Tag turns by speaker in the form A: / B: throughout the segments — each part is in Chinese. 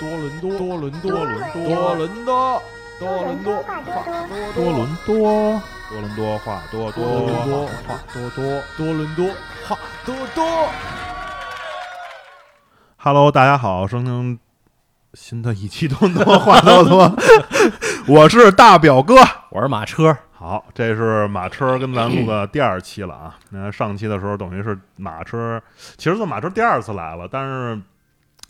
A: 多伦多，多伦多，多伦多，多伦多，多伦多，话多多，多伦多，
B: 多伦多话多
A: 多伦多
B: 话多多。
A: 多伦多，话多多。
B: Hello，大家好，声听新的一期多伦多话多多， 我是大表哥。
C: 我是马车，
B: 好，这是马车跟咱录的第二期了啊。那上期的时候，等于是马车，其实算马车第二次来了，但是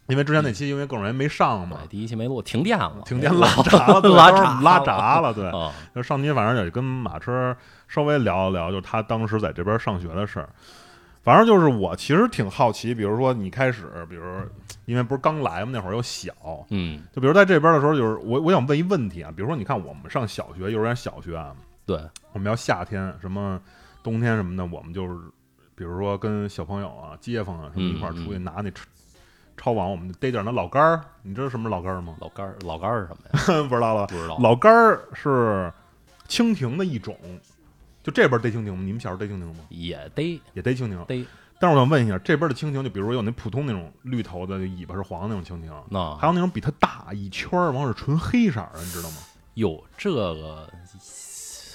B: 因为之前那期因为各种原因没上嘛
C: 对，，第一期没录，停电了，
B: 停电拉闸了，对
C: 拉
B: 当时我
C: 闸
B: 们拉闸了，对。
C: 啊，
B: 就上期反正也跟马车稍微聊一聊，就他当时在这边上学的事儿。反正就是我其实挺好奇，比如说你开始，比如因为不是刚来嘛，那会儿又小，
C: 嗯，
B: 就比如在这边的时候，就是我我想问一问题啊，比如说你看我们上小学、幼儿园、小学啊，
C: 对，
B: 我们要夏天什么冬天什么的，我们就是比如说跟小朋友啊、街坊啊什么一块儿出去拿那抄抄网，我们逮点那老杆儿，你知道什么是老杆儿吗？
C: 老杆儿，老杆儿是什么呀？
B: 不知道了吧，
C: 不知道，
B: 老杆儿是蜻蜓的一种，就这边逮蜻蜓吗？你们小时候逮蜻蜓吗？
C: 也逮
B: 也逮蜻蜓，
C: 逮，
B: 但是我想问一下，这边的蜻蜓，就比如有那普通那种绿头的，尾巴是黄的那种蜻蜓，
C: 那
B: 还有那种比它大一圈儿，完是纯黑色儿的，你知道吗？
C: 哟，这个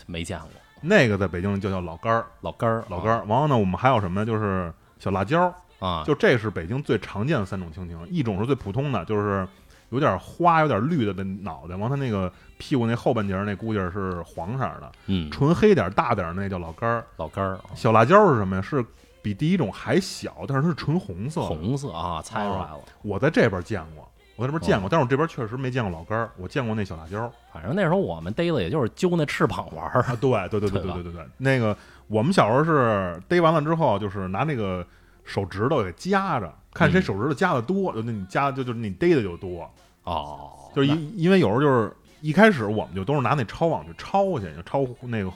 C: 没见过，
B: 那个在北京就叫老杆儿，
C: 老杆儿，
B: 老杆儿。完了呢，我们还有什么呢？就是小辣椒，
C: 啊，
B: 就这是北京最常见的三种蜻蜓，一种是最普通的，就是有点花、有点绿的那脑袋，完它那个屁股那后半截儿那估计是黄色儿的，
C: 嗯，
B: 纯黑点儿大点儿那叫老杆儿。
C: 老杆儿，啊
B: 小辣椒是什么呀？是比第一种还小，但是它是纯红色的。哦
C: 红色啊，猜出来了。
B: 我在这边见过，我在这边见过，
C: 哦
B: 但是我这边确实没见过老杆儿，我见过那小辣椒
C: 反正那时候我们逮了，也就是揪那翅膀玩儿，
B: 啊。对对对对
C: 对吧
B: 对对对，那个我们小时候是逮完了之后，就是拿那个手指头给夹着，看谁
C: 嗯
B: 手指头夹的多，就那你夹就就是你逮的就多。
C: 哦，
B: 就是因因为有时候就是一开始我们就都是拿那抄网去抄去，就抄那个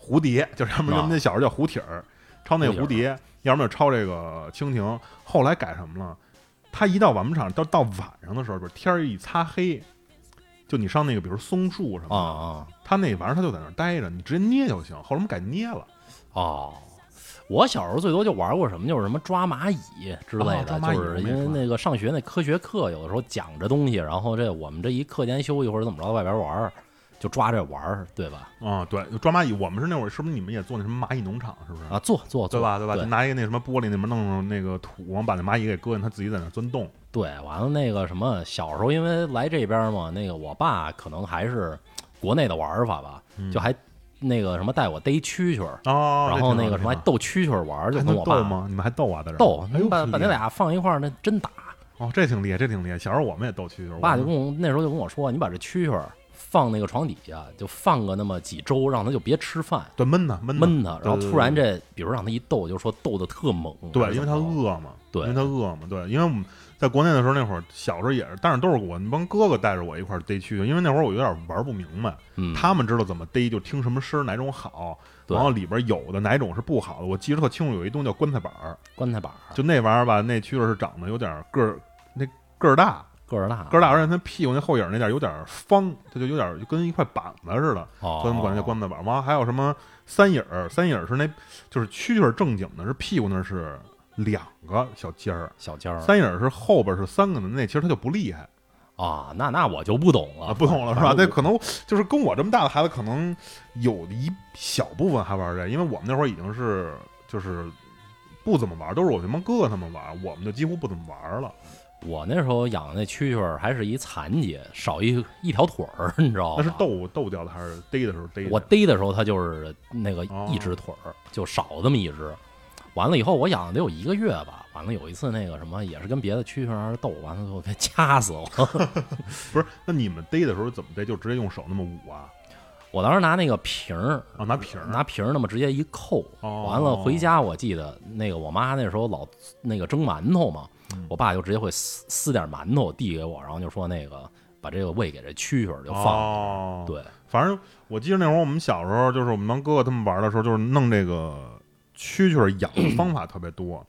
B: 蝴蝶，就是他们
C: 啊
B: 他们那小时候叫蝴蝶儿，抄那个蝴
C: 蝴
B: 蝶，要么就抄这个蜻蜓。后来改什么了？他一到晚场，到到晚上的时候，不是天儿一擦黑，就你上那个比如松树什
C: 啊
B: 么，
C: 啊
B: 他那玩意儿他就在那儿待着，你直接捏就行。后来我们改捏了，
C: 哦。我小时候最多就玩过什么，就是什么抓蚂蚁之类
B: 哦抓
C: 的，
B: 蚂蚁
C: 就是因为那个上学那科学课有的时候讲这东西，然后这我们这一课间休息或者怎么着，外边玩儿就抓这玩儿，对吧？
B: 啊、对，抓蚂蚁，我们是那会儿是不是你们也做那什么蚂蚁农场？是不是？
C: 啊，做做
B: 对
C: 做
B: 吧？对吧？
C: 对
B: 就拿一个那什么玻璃那么弄上那个土，往把那蚂蚁给搁进，它自己在那儿钻洞。
C: 对，完了那个什么，小时候因为来这边嘛，那个我爸可能还是国内的玩法吧，
B: 嗯
C: 就还那个什么带我逮蛐蛐儿，
B: 哦，
C: 然后那个什么还
B: 还
C: 斗蛐蛐儿玩儿，就跟我
B: 斗
C: 爸
B: 吗？你们还斗啊？在这儿
C: 斗
B: 哎呦，
C: 把
B: 挺
C: 把
B: 厉
C: 那
B: 害
C: 俩放一块儿，那真打。
B: 哦，这挺厉害，这挺厉害。小时候我们也斗蛐蛐，我
C: 我爸就
B: 们
C: 跟我那时候就跟我说，你把这蛐蛐儿放那个床底下，就放个那么几周，让它就别吃饭，
B: 对闷呢，闷
C: 闷
B: 呢
C: 它，然后
B: 对对
C: 突然这，比如让它一斗，就说斗的特猛，还
B: 对，
C: 是
B: 因为
C: 怎
B: 他
C: 么着
B: 饿嘛，
C: 对
B: 因为他饿嘛，对，因为我们在国内的时候，那会儿小时候也是，但是都是我那帮哥哥带着我一块儿逮蛐蛐，因为那会儿我有点玩不明白，
C: 嗯，
B: 他们知道怎么逮，就听什么声儿哪种好，
C: 对
B: 然后里边有的哪种是不好的，我记得特清楚，有一东西叫棺材板儿，
C: 棺材板儿
B: 就那玩意儿吧，那蛐蛐是长得有点个儿，那个儿大，
C: 个儿大，
B: 个儿大，而且它屁股那后影儿那点儿有点儿方，它就有点儿就跟一块板子似的。
C: 哦，
B: 所以我们管它叫棺材板儿。完了还有什么三影儿？三影儿是那，就是蛐蛐儿正经的，是屁股那是两个小尖儿，
C: 小尖儿，
B: 三影儿是后边是三个的，那其实它就不厉害
C: 啊，那那我就不懂了，
B: 啊，不懂了是吧？
C: 反
B: 那
C: 正
B: 可能就是跟我这么大的孩子，可能有一小部分还玩这，因为我们那会儿已经是就是。不怎么玩，都是我那帮哥哥他们玩，我们就几乎不怎么玩了。
C: 我那时候养的那蛐蛐儿还是一残疾，少一一条腿儿，你知道
B: 那
C: 吗？
B: 是斗斗掉的还是逮的时候逮的？
C: 哦我逮的时候，它就是那个
B: 哦
C: 一只腿儿，就少这么一只。完了以后，我养了得有一个月吧。完了有一次那个什么，也是跟别的蛐蛐儿斗，完了最后给掐死我。
B: 不是？那你们逮的时候怎么逮？就直接用手那么捂啊？
C: 我当时拿那个瓶儿，
B: 啊，拿瓶儿？
C: 呃拿瓶儿那么直接一扣，
B: 哦
C: 完了回家我记得那个我妈那时候老那个蒸馒头嘛，
B: 嗯
C: 我爸就直接会撕撕点馒头递给我，然后就说那个把这个喂给这蛐蛐儿就放。
B: 哦、
C: 对，
B: 反正我记得那会儿我们小时候，就是我们帮哥哥他们玩的时候，就是弄这个蛐蛐儿养的方法特别多。
C: 嗯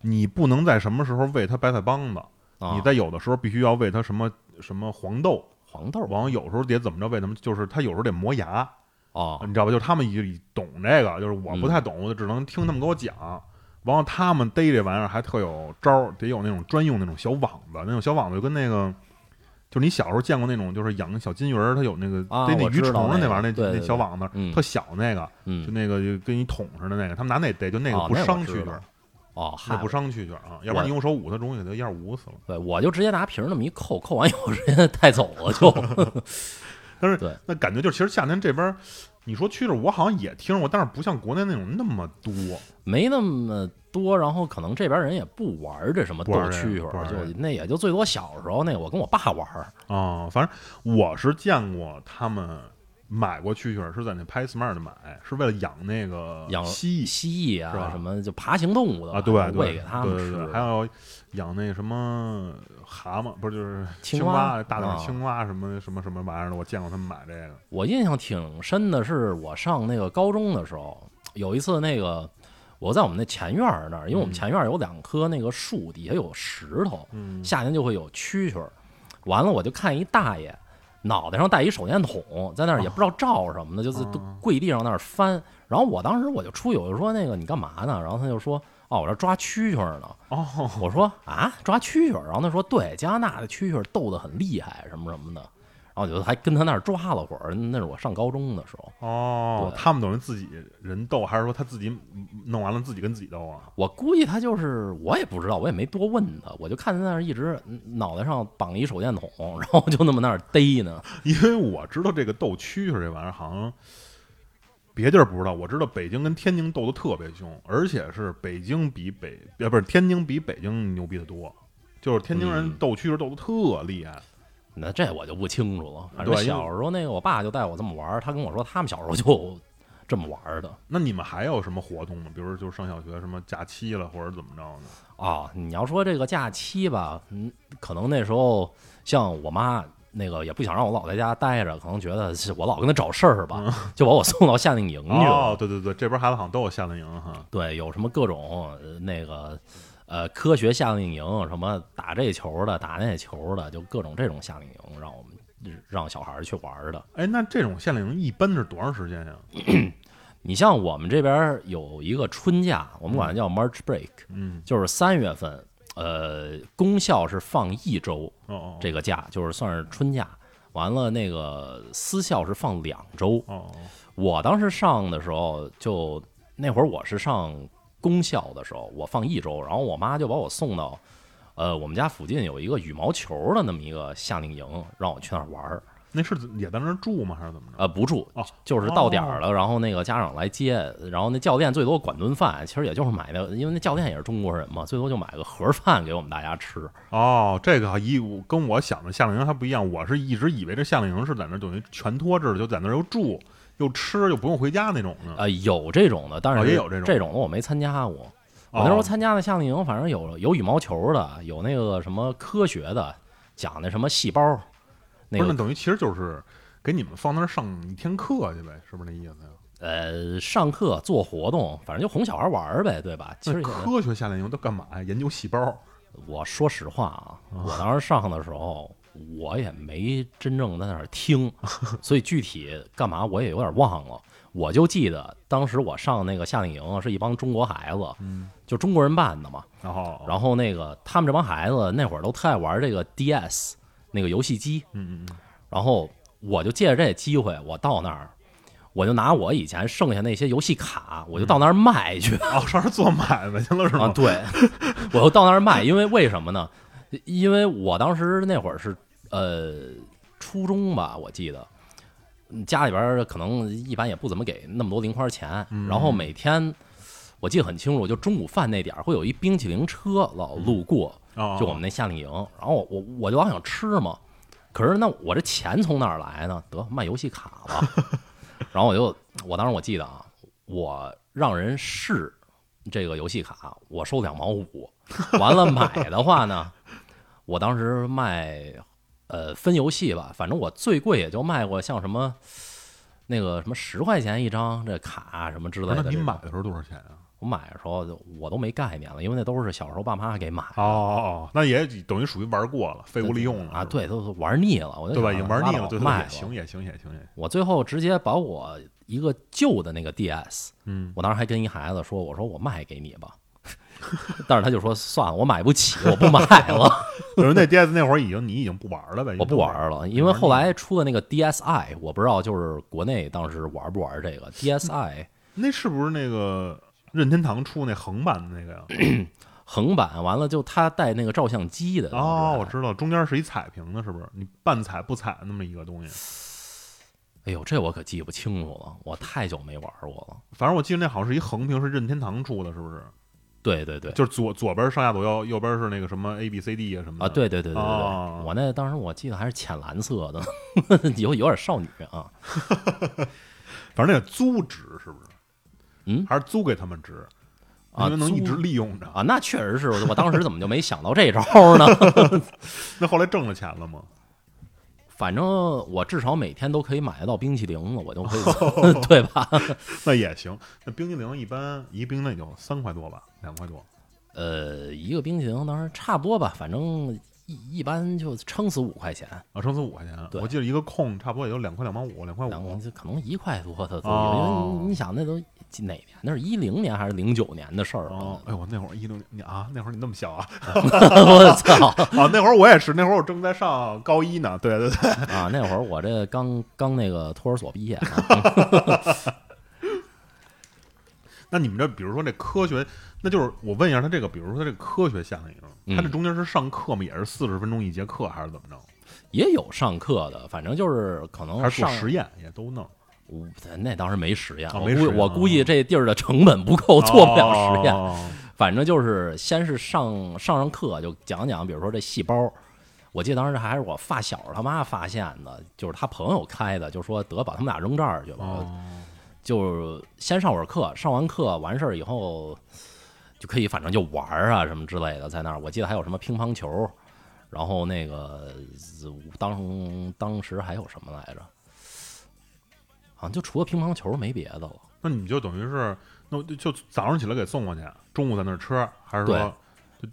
B: 你不能在什么时候喂它白菜帮子，
C: 啊、
B: 你在有的时候必须要喂它什么什么黄豆，
C: 黄豆儿
B: 完了有时候得怎么着喂它们，就是它有时候得磨牙，
C: 哦，
B: 你知道吧？就是他们也懂这个，就是我
C: 嗯
B: 不太懂，我就只能听他们给我讲。完了，他们逮这玩意儿还特有招儿，得有那种专用那种小网子，那种小网子就跟那个就是你小时候见过那种，就是养小金鱼儿，它有那个
C: 啊
B: 逮那
C: 我知
B: 鱼
C: 道
B: 虫儿
C: 那
B: 玩意儿，
C: 个对
B: 那那
C: 对
B: 小网子
C: 嗯
B: 特小那个，就
C: 嗯，
B: 那个就跟一桶似的那个，他们拿那逮，就那
C: 哦
B: 个不
C: 那我
B: 伤
C: 知
B: 蛐蛐
C: 道
B: 儿，
C: 哦，
B: 那
C: 嗨
B: 不，伤蛐蛐儿啊，要不然你用手捂它，容易给它一下捂死了。
C: 对，我就直接拿瓶儿那么一扣，扣完以后直 接带走了就。
B: 但是
C: 对
B: 那感觉就其实夏天这边儿，你说蛐蛐儿我好像也听过，但是不像国内那种那么多。
C: 没那么多，然后可能这边人也不玩儿这什么斗
B: 不玩儿这
C: 蛐
B: 个
C: 蛐
B: 不玩
C: 儿，
B: 儿这个
C: 就那也就最多小时候那个我跟我爸玩儿，
B: 啊、反正我是见过他们买过蛐蛐儿，是在那 p a s m a r t 买，是为了养那个
C: 养
B: 蜥蜴
C: 蜥蜴
B: 是吧
C: 啊什么就爬行动物的
B: 啊，
C: 吧
B: 对对，
C: 喂给他们
B: 对
C: 吃
B: 对对，还有养那什么蛤蟆，不是就是
C: 青
B: 蛙，
C: 蛙
B: 大点儿
C: 啊
B: 青蛙什么什么什么玩意儿的，我见过他们买这个。
C: 我印象挺深的是，我上那个高中的时候，有一次那个我在我们那前院儿那儿，因为我们前院儿有两棵那个树，底下有石头，
B: 嗯
C: 夏天就会有蛐蛐儿。完了，我就看一大爷脑袋上戴一手电筒，在那儿也不知道照什么的，就是都跪地上那儿翻。然后我当时我就出去，我就说那个你干嘛呢？然后他就说哦，我这抓蛐蛐儿呢。
B: 哦，
C: 我说啊，抓蛐蛐儿，然后他说对，加拿大的蛐蛐儿斗得很厉害，什么什么的，然后我就还跟他那儿抓了会儿，那是我上高中的时候，
B: 哦，
C: 对
B: 他们等于自己人斗，还是说他自己嗯弄完了自己跟自己斗啊？
C: 我估计他就是我也不知道，我也没多问他，我就看他那儿一直嗯脑袋上绑一手电筒，然后就那么那儿逮呢，
B: 因为我知道这个斗蛐蛐这玩意儿好像别地儿不知道，我知道北京跟天津斗得特别凶，而且是北京比北呃不是天津比北京牛逼得多，就是天津人
C: 嗯
B: 斗蛐蛐斗得特厉害。
C: 那这我就不清楚了。反
B: 对
C: 正
B: 因为
C: 小时候那个我爸就带我这么玩儿，他跟我说他们小时候就这么玩儿的
B: 那你们还有什么活动吗？比如就是上小学什么假期了，或者怎么着呢？
C: 啊。你要说这个假期吧，嗯，可能那时候像我妈。那个也不想让我老在家待着，可能觉得是我老跟她找事儿吧，就把我送到夏令营去了。
B: 嗯哦，对对对，这边孩子好像都
C: 嗯
B: 有夏令营哈。
C: 对，有什么各种呃那个呃科学夏令营，什么打这球的，打那球的，就各种这种夏令营，让我们让小孩儿去玩儿的。
B: 哎，那这种夏令营一般是多长时间呀？
C: 你像我们这边儿有一个春假，我们管它叫 March Break，
B: 嗯，
C: 就是三月份，呃，公校是放一周
B: 哦哦，
C: 这个假，就是算是春假。完了，那个私校是放两周。
B: 哦哦
C: 我当时上的时候就，那会儿我是上公校的时候，我放一周，然后我妈就把我送到，呃，我们家附近有一个羽毛球的那么一个夏令营，让我去那儿玩儿。
B: 那是也在那儿住吗？还是怎么着？
C: 呃，不住
B: 哦，
C: 就是到点儿了，然后那个家长来接，然后那教练最多管顿饭，其实也就是买的，因为那教练也是中国人嘛，最多就买个盒饭给我们大家吃。
B: 哦，这个一我跟我想的夏令营还不一样，我是一直以为这夏令营是在那儿等于全托制的，就在那儿又住又吃又不用回家那种哦呢。
C: 呃，有这种的，但是、
B: 哦也有这种哦
C: 这种的我没参加过。我那时候参加的夏令营，反正有有羽毛球的，有那个什么科学的，讲那什么细胞，那
B: 不是，
C: 个
B: 那等于其实就是给你们放那儿上一天课去呗，是不是那意思呀？
C: 呃上课做活动，反正就哄小孩玩儿呗，对吧？其
B: 那
C: 实也
B: 科学夏令营都干嘛呀？研究细胞。
C: 我说实话啊，我当时上的时候，我也没真正在那儿听，所以具体干嘛我也有点忘了。我就记得当时我上那个夏令营是一帮中国孩子，就中国人办的嘛。
B: 然后，
C: 嗯然后那个他们这帮孩子那会儿都特爱玩这个 DS 那个游戏机，
B: 嗯嗯嗯，
C: 然后我就借着这机会，我到那儿，我就拿我以前剩下那些游戏卡，我就到那儿卖去、
B: 哦，上那儿做买卖去了是
C: 啊！
B: 吗？
C: 对，我又到那儿卖，因为为什么呢？因为我当时那会儿是呃初中吧，我记得。嗯家里边儿可能一般也不怎么给那么多零花钱，
B: 嗯
C: 然后每天我记得很清楚，就中午饭那点儿会有一冰淇淋车老路过，
B: 哦，
C: 就我们那夏令营。然后我我我就老想吃嘛，可是那我这钱从哪儿来呢？得卖游戏卡 吧。然后我就我当时我记得啊，我让人试这个游戏卡，我收两毛五，完了买的话 呢，我当时卖呃分游戏吧，反正我最贵也就卖过像什么。那个什么十块钱一张，这卡什么之类
B: 不是
C: 的
B: 那你
C: 这种，
B: 买的时候多少钱啊？
C: 我买的时候就我都没概念了，因为那都是小时候爸妈给买
B: 哦
C: 的
B: 哦哦，那也等于属于玩过了，废物利用了
C: 啊，
B: 是吧
C: 对，啊都都玩腻了，我就
B: 对吧？已
C: 想
B: 经玩
C: 拉
B: 腻
C: 倒
B: 了，对对，
C: 卖
B: 也行也行也行也行，
C: 我最后直接把我一个旧的那个 DS，
B: 嗯，
C: 我当时还跟一孩子说，我说我卖给你吧， 但是他就说算了，我买不起，我不买 了，
B: 等于那 DS 那会儿已经你已经不玩了呗？
C: 我不玩了，因为后来出了那个 DSi，我不知道就是国内当时玩不玩这个 DSi
B: 那是不是那个任天堂出那横版的那个呀？
C: 横版，完了就他带那个照相机的
B: 哦，我
C: 当时
B: 知道，中间是一彩屏的，是不是？你半彩不彩那么一个东西。
C: 哎呦，这我可记不清楚了，我太久没玩过了。
B: 反正我记得那好像是一横屏，是任天堂出的，是不是？
C: 对对对，
B: 就是左左边上下左右，右边是那个什么 A B C D 啊什么的
C: 啊，对对对对对，
B: 哦
C: 我那当时我记得还是浅蓝色 的， 有有点少女啊。
B: 反正那个租值是不是？
C: 嗯
B: 还是租给他们值，
C: 啊
B: 因为能一直
C: 租
B: 利用 着。
C: 啊，那确实是，我当时怎么就没想到这招 儿呢？
B: 那后来挣了钱了吗？
C: 反正我至少每天都可以买得到冰淇淋了，我就可 以，对吧？
B: 那也行。那冰激凌一般一冰那也就三块多吧，两块多。
C: 呃，一个冰淇淋当时差不多吧，反正一一般就撑死五块钱，
B: 啊，撑死五块钱。
C: 对
B: 我记得一个控差不多也就两块两毛五，两块
C: 然后
B: 五。
C: 就可能一块多的都有，
B: 哦
C: 因为你想那都几哪年？那是一零年还是零九年的事儿
B: 哦
C: 了？，
B: 哎呦，我那会儿一六年啊，那会儿你那么小啊？
C: 我操！
B: 啊，那会儿我也是，那会儿我正在上高一呢。对对对，
C: 啊，那会儿我这刚刚那个托儿所毕业啊，
B: 那你们这比如说这科学，那就是我问一下他这个，比如说他这个科学效应，
C: 嗯
B: 他这中间是上课吗？也是四十分钟一节课，还是怎么着？
C: 也有上课的，反正就是可能
B: 还是做
C: 哦上
B: 实验也都弄？
C: 我那当时没实验，
B: 啊
C: 我
B: 没
C: 估
B: 实验
C: 我
B: 啊
C: 估计这地儿的成本不够，做不了实验。
B: 哦
C: 反正就是先是上上上课，就讲讲，比如说这细胞。我记得当时还是我发小他妈发现的，就是他朋友开的，就说得把他们俩扔这儿去吧。
B: 哦
C: 就先上会儿课，上完课完事儿以后，就可以反正就玩儿啊什么之类的，在那儿我记得还有什么乒乓球，然后那个呃当当时还有什么来着？好像就除了乒乓球没别的了。
B: 那你就等于是，那就就早上起来给送过去，中午在那儿吃，还是
C: 对
B: 说就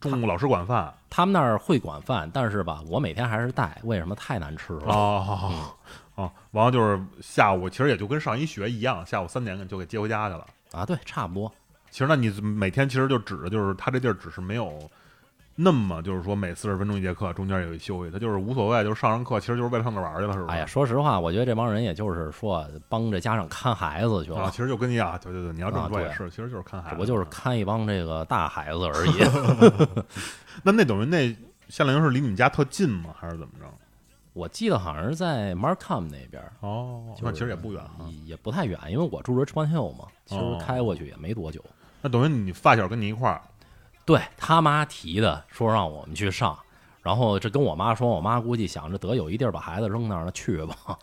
B: 中午老师管饭啊
C: 他们那儿会管饭，但是吧，我每天还是带，为什么太难吃了？
B: 哦哦，完了就是下午，其实也就跟上一学一样，下午三点就给接回家去了。
C: 啊，对，差不多。
B: 其实那你每天其实就指着就是他这地儿只是没有那么就是说每四十分钟一节课中间有一休息，他就是无所谓，就是上上课其实就是为了上那玩儿去了，是不是？
C: 哎呀，说实话，我觉得这帮人也就是说帮着家长看孩子去了，
B: 啊，其实就跟你啊，对对对，你要这么说
C: 啊对
B: 也是，其实就是看孩子。
C: 只不过就是看一帮这个大孩子而已。
B: 那那等于那夏令营是离你们家特近吗？还是怎么着？
C: 我记得好像是在 Markham 那边儿，
B: 哦，
C: 就
B: 那
C: 是
B: 其实也不远啊。
C: 也也不太远，因为我住 Richmond Hill 嘛，其实
B: 哦
C: 开过去也没多久。
B: 那等于你发小跟你一块儿，
C: 对他妈提的，说让我们去上，然后这跟我妈说，我妈估计想着得有一地儿把孩子扔那儿了，去 吧。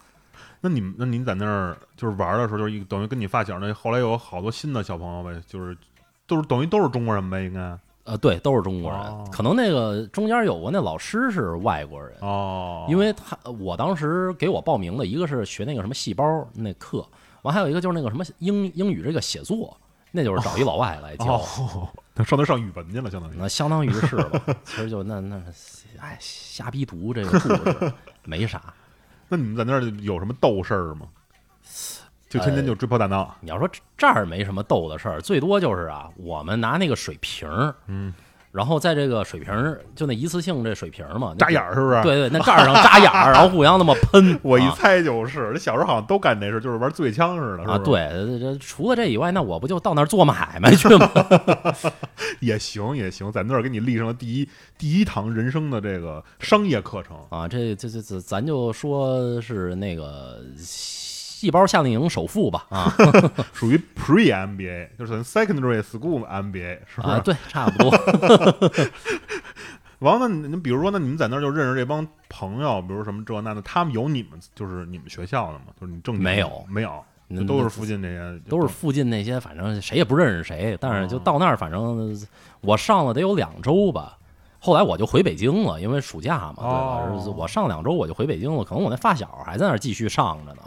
B: 那你们那你在那儿就是玩儿的时候，就是一等于跟你发小那后来有好多新的小朋友呗，就是都是等于都是中国人呗，应该
C: 呃，对，都是中国人，
B: 哦
C: 可能那个中间有个那老师是外国人，
B: 哦，
C: 因为他我当时给我报名的一个是学那个什么细胞那课，完还有一个就是那个什么英英语这个写作，那就是找一老外来教，
B: 哦，他上那上语文去了，相当于
C: 那相当于 是吧，其实就那那哎瞎逼读这个故事没啥。
B: 那你们在那儿有什么斗事儿吗？就
C: 呃
B: 天天就追跑打闹，
C: 你要说这儿没什么逗的事儿，最多就是啊，我们拿那个水瓶，嗯，然后在这个水瓶儿就那一次性这水瓶儿嘛，那
B: 扎眼儿是不是？，，
C: 对对，那盖儿上扎眼儿，然后互相那么喷
B: 我一
C: 啊
B: 猜就是，这小时候好像都干这事，就是玩醉枪似的，是吧
C: 啊，，对，这这除了这以外，那我不就到那儿做买卖去吗？
B: 也行也行，在那儿给你立上了第一第一堂人生的这个商业课程，
C: 啊，这这这这，咱就说是那个细胞夏令营首 富吧，啊
B: 属于 pre MBA，就是咱 secondary school MBA，是不
C: 啊，
B: 是？
C: 对，差不多。
B: 完了，那你比如说，那你们在那儿就认识这帮朋友，比如什么这那的，他们有你们就是你们学校的吗？就是你正经
C: 没有
B: 没有，
C: 那
B: 就嗯都是附近这些，
C: 都是附近那些，反正谁也不认识谁，但是就到那儿，反正我上了得有两周吧。后来我就回北京了，因为暑假嘛，对吧？
B: 哦
C: 我上两周我就回北京了，可能我那发小还在那儿继续上着呢。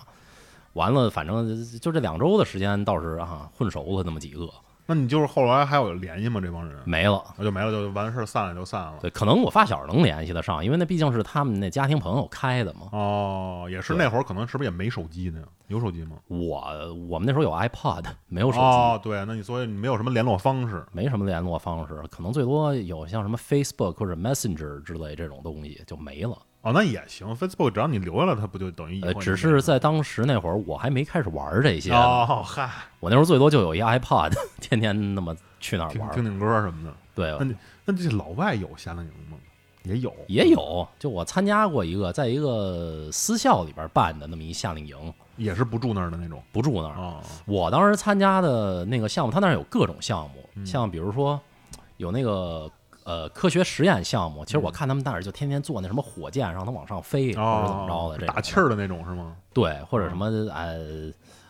C: 完了，反正就这两周的时间倒是啊，混熟了那么几个。
B: 那你就是后来还有联系吗？这帮人
C: 没了。
B: 那就没了，就完事儿散了就散了。
C: 对，可能我发小能联系得上，因为那毕竟是他们那家庭朋友开的嘛。
B: 哦，也是
C: 对
B: 那会儿可能是不是也没手机呢？有手机吗？
C: 我我们那时候有 iPod，没有手机，
B: 哦，对，那你所以你没有什么联络方式。
C: 没什么联络方式，可能最多有像什么 Facebook 或者 Messenger 之类这种东西就没了。
B: 哦，那也行，Facebook 只要你留下了，它不就等于以后
C: 呃
B: 你，哦就
C: 只
B: 没
C: 是在当时那会儿，我还没开始玩这些呢，
B: 哦，嗨，
C: 我那时候最多就有一 iPod，天 天那么去那儿
B: 听
C: 玩
B: 听
C: 儿。
B: 听歌什么的。
C: 对，
B: 那那这老外有夏令营吗？也有，
C: 也有，就我参加过一个，在一个私校里边办的那么一夏令营，
B: 也是不住那儿的那种。
C: 不住那儿。
B: 哦，
C: 我当时参加的那个项目，他那儿有各种项目，
B: 嗯
C: 像比如说有那个呃科学实验项目，其实我看他们那儿就天天做那什么火箭让它往上飞，或者怎么着的，
B: 嗯哦
C: 这种
B: 打气儿的那种是吗？
C: 对，或者什么
B: 啊
C: 呃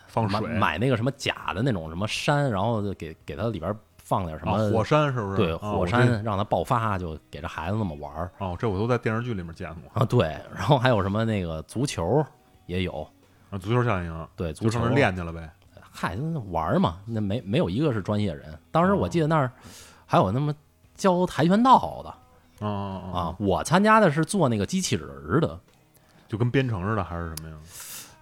B: 放
C: 买
B: 水，
C: 买那个什么假的那种什么山，然后就给给它里边放点什么、
B: 啊火山是不是？
C: 对
B: 啊
C: 火
B: 我这
C: 山让它爆发，就给这孩子那么玩儿
B: 哦，这我都在电视剧里面见过
C: 啊，对，然后还有什么那个足球也有，
B: 啊，足球夏令营，
C: 对足
B: 就
C: 球
B: 上
C: 啊
B: 那儿练去了呗。
C: 嗨，那玩儿嘛，那没没有一个是专业人。当时
B: 哦
C: 我记得那儿还有那么教跆拳道的
B: 哦哦
C: 啊，，我参加的是做那个机器人儿的，
B: 就跟编程似的，还是什么呀？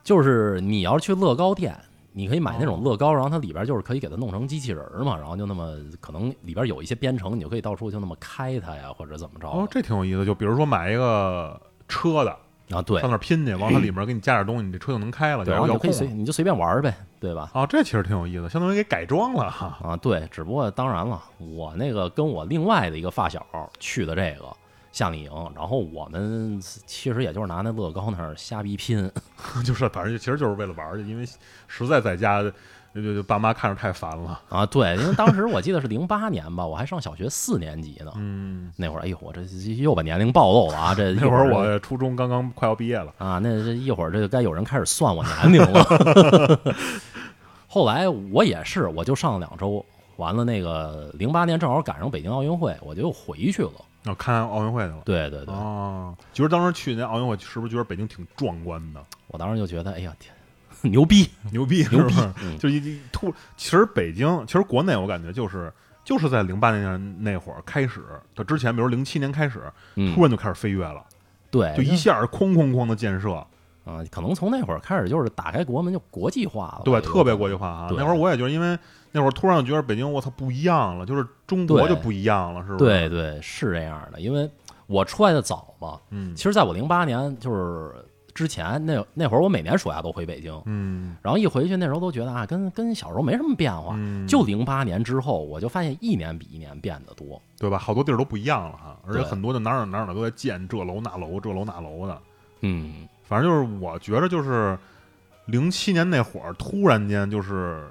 C: 就是你要是去乐高店。你可以买那
B: 哦
C: 种乐高，然后它里边就是可以给它弄成机器人儿嘛，然后就那么可能里边有一些编程，你就可以到处就那么开它呀，或者怎么着的
B: 哦，这挺有意思。就比如说买一个车的，
C: 啊？对
B: 上那儿拼 去，往它里面给你加点东西，你这车就能开了，
C: 对，
B: 遥
C: 然后你
B: 遥
C: 就可
B: 控
C: 以随
B: 了。
C: 你就随便玩儿呗，对吧？
B: 哦，这其实挺有意思，相当于给改装了哈。
C: 啊，对，只不过当然了，我那个跟我另外的一个发小去的这个夏令营，然后我们其实也就是拿那乐高那儿瞎逼拼，
B: 就是反正就其实就是为了玩儿去，因为实在在家就就就爸妈看着太烦了。
C: 啊，对，因为当时我记得是零八年吧，我还上小学四年级呢，
B: 嗯，
C: 那会儿，哎呦，我这又把年龄暴露了啊，这一
B: 那会儿
C: 就
B: 我初中刚刚快要毕业了，
C: 啊，那这一会儿这就该有人开始算我年龄了。 后来我也是，我就上了两周，完了那个零八年正好赶上北京奥运会，我就又回去了。
B: 要、啊看奥运会去了。
C: 对对对，
B: 哦，觉得当时去年奥运会是不是觉得北京挺壮观的，
C: 我当时就觉得，哎呀天，牛逼！
B: 牛逼
C: 牛逼
B: 是吧
C: 嗯
B: 就一一突，其实北京，其实国内我感觉就是就是在零八年那会儿开始，就之前比如零七年开始，
C: 嗯哎
B: 突，然就开始飞跃了，
C: 对，
B: 就一下哐哐哐的建设，
C: 啊、可能从那会儿开始就是打开国门就国际化了，
B: 对，
C: 有
B: 特别
C: 可
B: 国
C: 能
B: 际化啊。
C: 哎对
B: 那会儿我也觉得，因为那会儿突然就觉得北京，我操，不一样了，就是中国
C: 对
B: 就不一样了，是不是？，
C: 对对，是这样的，因为我出来的早嘛。
B: 嗯
C: 其实，在我零八年就是之前那那会儿，我每年暑假都回北京，
B: 嗯
C: 然后一回去那时候都觉得啊，跟跟小时候没什么变化。
B: 嗯，
C: 就零八年之后，我就发现一年比一年变得多。
B: 对吧？好多地儿都不一样了哈，而且
C: 对
B: 很多就哪儿哪儿哪儿都在建这楼那楼，这楼那楼的。
C: 嗯，
B: 反正就是我觉得就是零七年那会儿，突然间就是，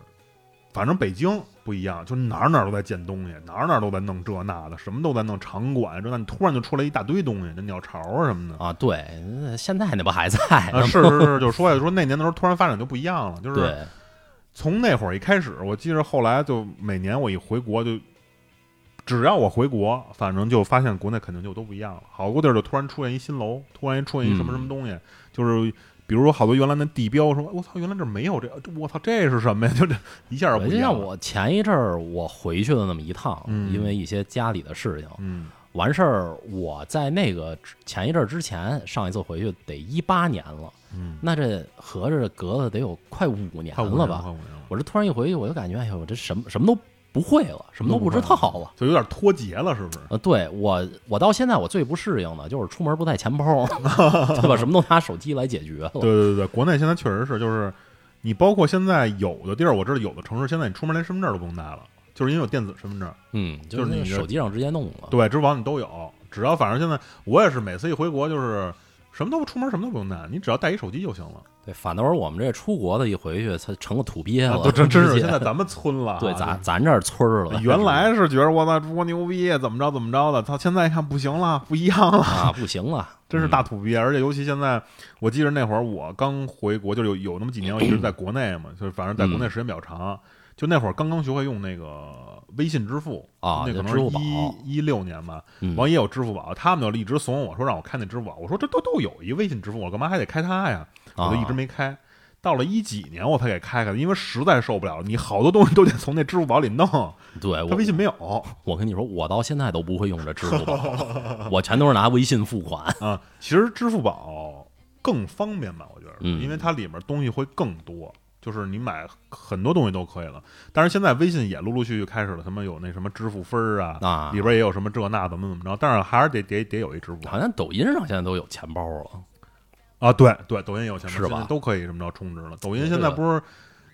B: 反正北京不一样，就哪儿哪儿都在建东西，哪儿哪儿都在弄这那的，什么都在弄场馆这那，你突然就出来一大堆东西，那鸟巢啊什么的。
C: 啊，对，那现哎在那不还在呢
B: 啊，
C: 吗？
B: 是是是，就说呀，说那年的时候突然发展就不一样了，就是
C: 对，
B: 从那会儿一开始，我记着后来就每年我一回国就，只要我回国，反正就发现国内肯定就都不一样了。好多地儿就突然出现一新楼，突然出现一什么
C: 嗯
B: 什么东西，就是比如说好多原来那地标说，哎我操，原来这儿没有这，我操，这是什么呀？ 就这一下就
C: 对
B: 不
C: 就
B: 一样
C: 像
B: 了。
C: 我前一阵儿我回去了那么一趟，
B: 嗯
C: 因为一些家里的事情，
B: 嗯，
C: 完事儿，我在那个之前一阵儿之前，上一次回去得一八年了，
B: 嗯，
C: 那这合着隔了得有快五年
B: 快五年
C: 了吧
B: 快？五年了，
C: 我这突然一回去，我就感觉，哎呦，我这什么什么都不会了，什么都不知道啊了。
B: 就有点脱节了，是不是？
C: 呃，对我，我到现在我最不适应的就是出门不带钱包， 对吧？什么都拿手机来解决了。
B: 对对对对，国内现在确实是，就是你包括现在有的地儿，我知道有的城市现在你出门连身份证都不用带了，就是因为有电子身份证。
C: 嗯，
B: 就是是
C: 那
B: 你
C: 个
B: 这
C: 手机上直接弄了。
B: 对，支付宝你都有，只要反正现在我也是每次一回国就是什么都不出门，什么都不用带，你只要带一手机就行了。
C: 对，反倒是我们这出国的一回去，它成了土鳖
B: 啊
C: 了，
B: 都真真
C: 直
B: 是
C: 接
B: 现在咱们村了啊，
C: 对咱咱这儿村儿了，
B: 原来是觉得我操中国牛逼，怎么着怎么着的，操，现在一看不行了，不一样了，
C: 啊不行了，
B: 真是大土鳖。而且尤其现在，我记着那会儿我刚回国，就有有那么几年我一直在国内嘛，就是反正在国
C: 嗯
B: 内时间比较长。就那会儿刚刚学会用那个微信支付
C: 啊
B: 那可
C: 就
B: 能
C: 支付宝
B: 一一六年吧，
C: 嗯
B: 王爷有支付宝，他们就一
C: 啊
B: 直怂恿我说让我开那支付宝。我说这都都有一微信支付，我干嘛还得开它呀？我就一直没开。到了一几年我才给开开的，因为实在受不了了，你好多东西都得从那支付宝里弄，
C: 对
B: 他
C: 我
B: 微信没有
C: 我跟你说，我到现在都不会用这支付 宝，我全都是拿微信付款。
B: 啊。其实支付宝更方便吧，我觉得，
C: 嗯
B: 因为它里面东西会更多，就是你买很多东西都可以了。但是现在微信也陆陆续续开始了，什么有那什么支付分儿啊，
C: 啊
B: 里边也有什么这那怎么怎么着，但是还是得得得有一支付宝
C: 好像抖音上现在都有钱包了，
B: 啊。对对，抖音也有钱包
C: 是吧
B: 现在都可以什么着充值了。抖音
C: 对
B: 现在
C: 对
B: 不是。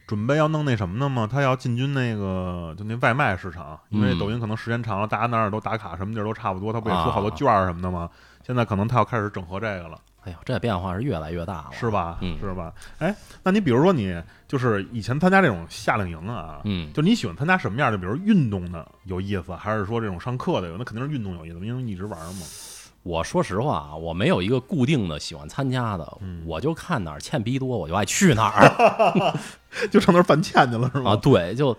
B: 准备要弄那什么呢吗？他要进军那个就那外卖市场，因为
C: 嗯
B: 抖音可能时间长了，大家那儿都打卡，什么地儿都差不多，他不也出好多
C: 啊
B: 券儿什么的吗？现在可能他要开始整合这个了。
C: 哎呀，这变化是越来越大了。
B: 是吧？
C: 嗯
B: 是吧？哎，那你比如说你就是以前参加这种夏令营啊，
C: 嗯
B: 就你喜欢参加什么样的？比如运动的有意思，还是说这种上课的有？那肯定是运动有意思，因为你一直玩嘛。
C: 我说实话啊，我没有一个固定的喜欢参加的，
B: 嗯
C: 我就看哪儿欠逼多，我就爱去哪儿
B: 就上那儿犯欠去了 是
C: 啊。
B: 吗？
C: 对，就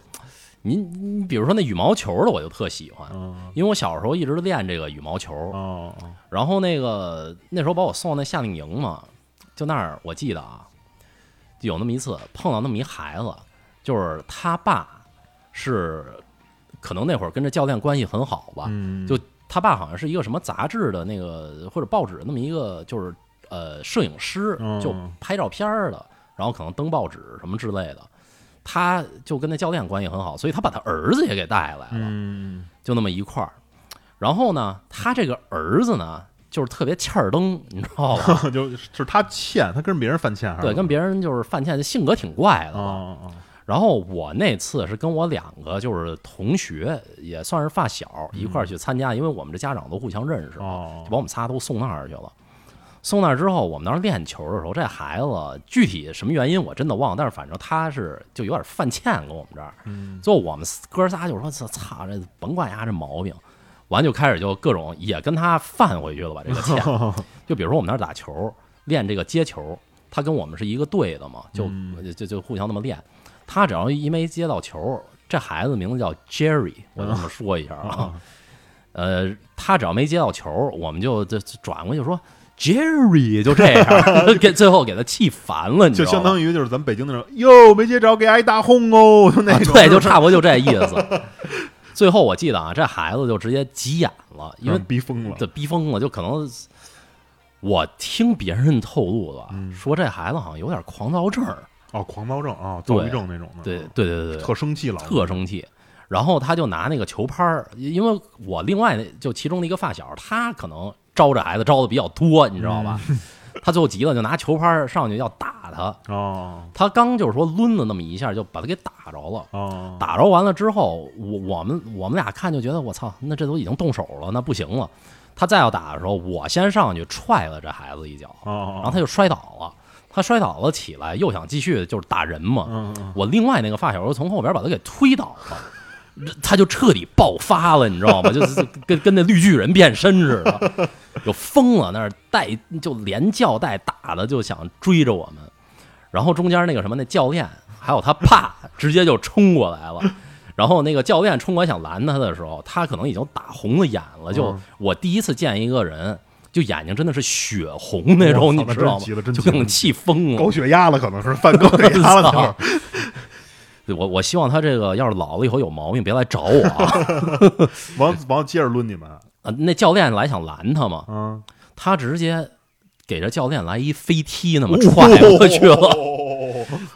C: 你你比如说那羽毛球的，我就特喜欢，
B: 嗯，
C: 因为我小时候一直练这个羽毛球，
B: 哦，哦
C: 然后那个那时候把我送到那夏令营嘛，就那儿我记得啊，就有那么一次碰到那么一孩子，就是他爸是可能那会儿跟这教练关系很好吧，
B: 嗯，
C: 啊就他爸好像是一个什么杂志的那个或者报纸那么一个就是呃摄影师
B: 嗯，
C: 就拍照片儿的，然后可能登报纸什么之类的。他就跟那教练关系很好，所以他把他儿子也给带来了。
B: 嗯，
C: 就那么一块儿。然后呢，他这个儿子呢，就是特别欠儿登，你知 道吧？
B: 就是他欠，他跟别人犯欠还是
C: 对，跟别人就是犯欠，性格挺怪的。
B: 哦哦
C: 然后我那次是跟我两个就是同学，也算是发小，
B: 嗯
C: 一块儿去参加，因为我们这家长都互相认识
B: 哦
C: 嘛，就
B: 哦
C: 把我们仨都送那儿去了。送那儿之后，我们当时练球的时候，这孩子具体什么原因我真的忘了，但是反正他是就有点犯欠跟我们这儿。
B: 嗯
C: 最后我们哥仨就说：“操，操这甭管丫这毛病。”完就开始就各种也跟他犯回去了吧，这 个欠。就比如说我们那儿打球，练这个接球，他跟我们是一个队的嘛，就
B: 嗯
C: 就就就互相那么练。他只要一没接到球，这孩子名字叫 Jerry，我这么说一下 啊。呃，他只要没接到球，我们就就就转过去说 Jerry，就这 样，给最后给他气烦了，你知
B: 就
C: 道吗？
B: 相当于就是咱们北京那种，哟，没接着，给挨大轰哦，就那
C: 啊
B: 种，
C: 对，就差不多就这意思。最后我记得啊，这孩子就直接急眼了，因为
B: 嗯逼疯了
C: 这逼疯 了，就可能我听别人透露的，
B: 嗯
C: 说这孩子好像有点狂躁症儿，
B: 哦，狂躁症啊，躁郁
C: 对
B: 症那种的，嗯
C: 对对对对对，
B: 特生气了，
C: 特生气。然后他就拿那个球拍儿，因为我另外那就其中的一个发小，他可能招这孩子招的比较多，你知道吧？ 他最后急了，就拿球拍儿上去要打他。
B: 哦
C: 他刚就是说抡了那么一下，就把他给打着了。
B: 哦，
C: 打着完了之后，我我们我们俩看就觉得我操，那这都已经动手了，那不行了。他再要打的时候，我先上去踹了这孩子一脚，
B: 哦，
C: 然后他就摔倒了。他摔倒了起来，又想继续就是打人嘛。
B: 嗯嗯
C: 我另外那个发小又从后边把他给推倒了， 他就彻底爆发了，你知道 吗？就是就跟跟那绿巨人变身似的，就疯了，那儿带就连叫带打的，就想追着我们。然后中间那个什么，那教练还有他爸直接就冲过来了。然后那个教练冲过来想拦他的时候，他可能已经打红了眼了。就
B: 嗯
C: 我第一次见一个人，就眼睛真的是血红那种，
B: 哇
C: 你
B: 操那
C: 知道
B: 真
C: 吗
B: 急了？真
C: 就
B: 急
C: 给
B: 了
C: 我气疯
B: 嗯，
C: 了。
B: 高血压了，可能是犯高血压了，就是。
C: 对我我希望他这个要是老了以后有毛病，别来找 我啊！
B: 王王接着抡你们，
C: 啊那教练来想拦他嘛，
B: 嗯，
C: 他直接给这教练来一飞踢，那么踹 过去了。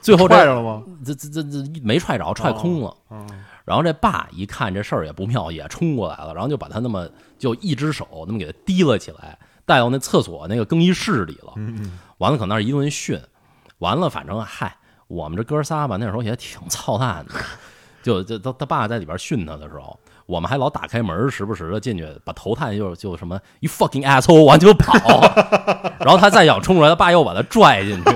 C: 最后
B: 哦踹
C: 这
B: 着了吗？
C: 这这这这没踹着，踹空了。
B: 嗯，
C: 然后这爸一看这事儿也不妙，也冲过来了，然后就把他那么就一只手那么给他提了起来，带到那厕所那个更衣室里了。
B: 嗯
C: 完了，可那儿一顿训，完了，反正嗨，我们这哥仨吧，那时候也挺操蛋的，就就他他爸在里边训他的时候，我们还老打开门，时不时的进去把头探，就就什么 you fucking asshole，完就跑， 然后他再想冲出来，他爸又把他拽进去，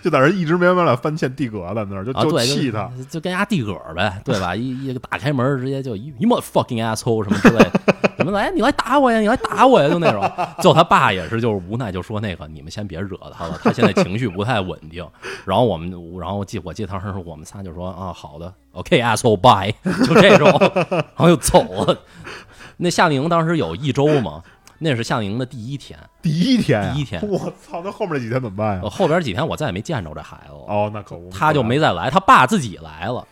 B: 就在这一直没完没了翻欠地格在那儿，就
C: 啊，
B: 就
C: 对，
B: 气
C: 就
B: 他，
C: 就跟家地个儿呗，对吧？一一个打开门直接就一一 m fucking asshole 什么之类的，什么来你来打我呀，你来打我呀，就那种。最后他爸也是就是无奈就说那个你们先别惹他了，他现在情绪不太稳定。然后我们然后我记我记得当时我们仨就说啊好的，OK asshole bye，就这种，然后就走了。那夏令营当时有一周嘛。那是夏令营的第一天，
B: 第一天呀，
C: 第一天
B: 我操！那后面这几天怎么办呀
C: 呃？后边几天我再也没见着这孩子了。
B: 哦，那可不，，
C: 他就没再来，他爸自己来了。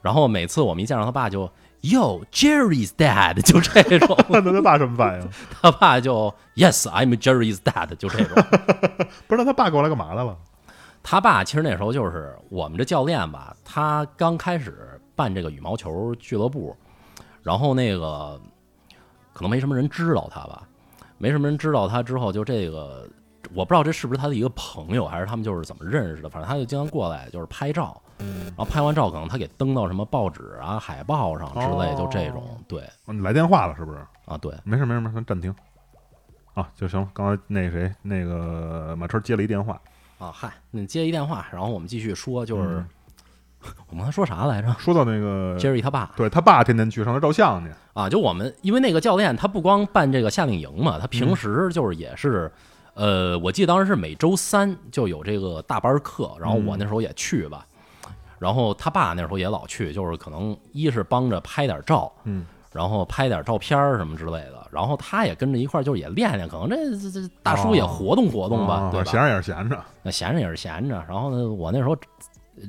C: 然后每次我们一见着他爸就，Yo Jerry's dad，就这种
B: 那他爸什么反应？
C: 他爸就 Yes I'm Jerry's dad，就这种。
B: 不是，那他爸过来干嘛来了？
C: 他爸其实那时候就是我们这教练吧，他刚开始办这个羽毛球俱乐部，然后那个可能没什么人知道他吧，没什么人知道他之后，就这个我不知道这是不是他的一个朋友，还是他们就是怎么认识的，反正他就经常过来就是拍照，然后拍完照可能他给登到什么报纸啊、海报上之类，
B: 哦
C: 就这种，对
B: 哦你来电话了是不是？
C: 啊，对，
B: 没事没事没事，咱暂停啊就行了。刚才那谁那个马车接了一电话，
C: 啊，嗨，你接一电话，然后我们继续说，就是
B: 嗯 呃
C: 我们刚才说啥来着
B: 说到那个，
C: ？Jerry 他爸，
B: 对他爸天天去上那照相去，
C: 啊，就我们因为那个教练他不光办这个夏令营嘛，他平
B: 嗯
C: 时就是也是，呃，我记得当时是每周三就有这个大班课，然后
B: 嗯
C: 我那时候也去吧，然后他爸那时候也老去，就是可能一是帮着拍点照，
B: 嗯，
C: 然后拍点照片儿什么之类的，然后他也跟着一块儿就是也练练，可能这这这大叔也
B: 哦
C: 活动活动吧，
B: 啊
C: 对吧？
B: 闲着也是闲着，
C: 那闲着也是闲着，然后呢，我那时候，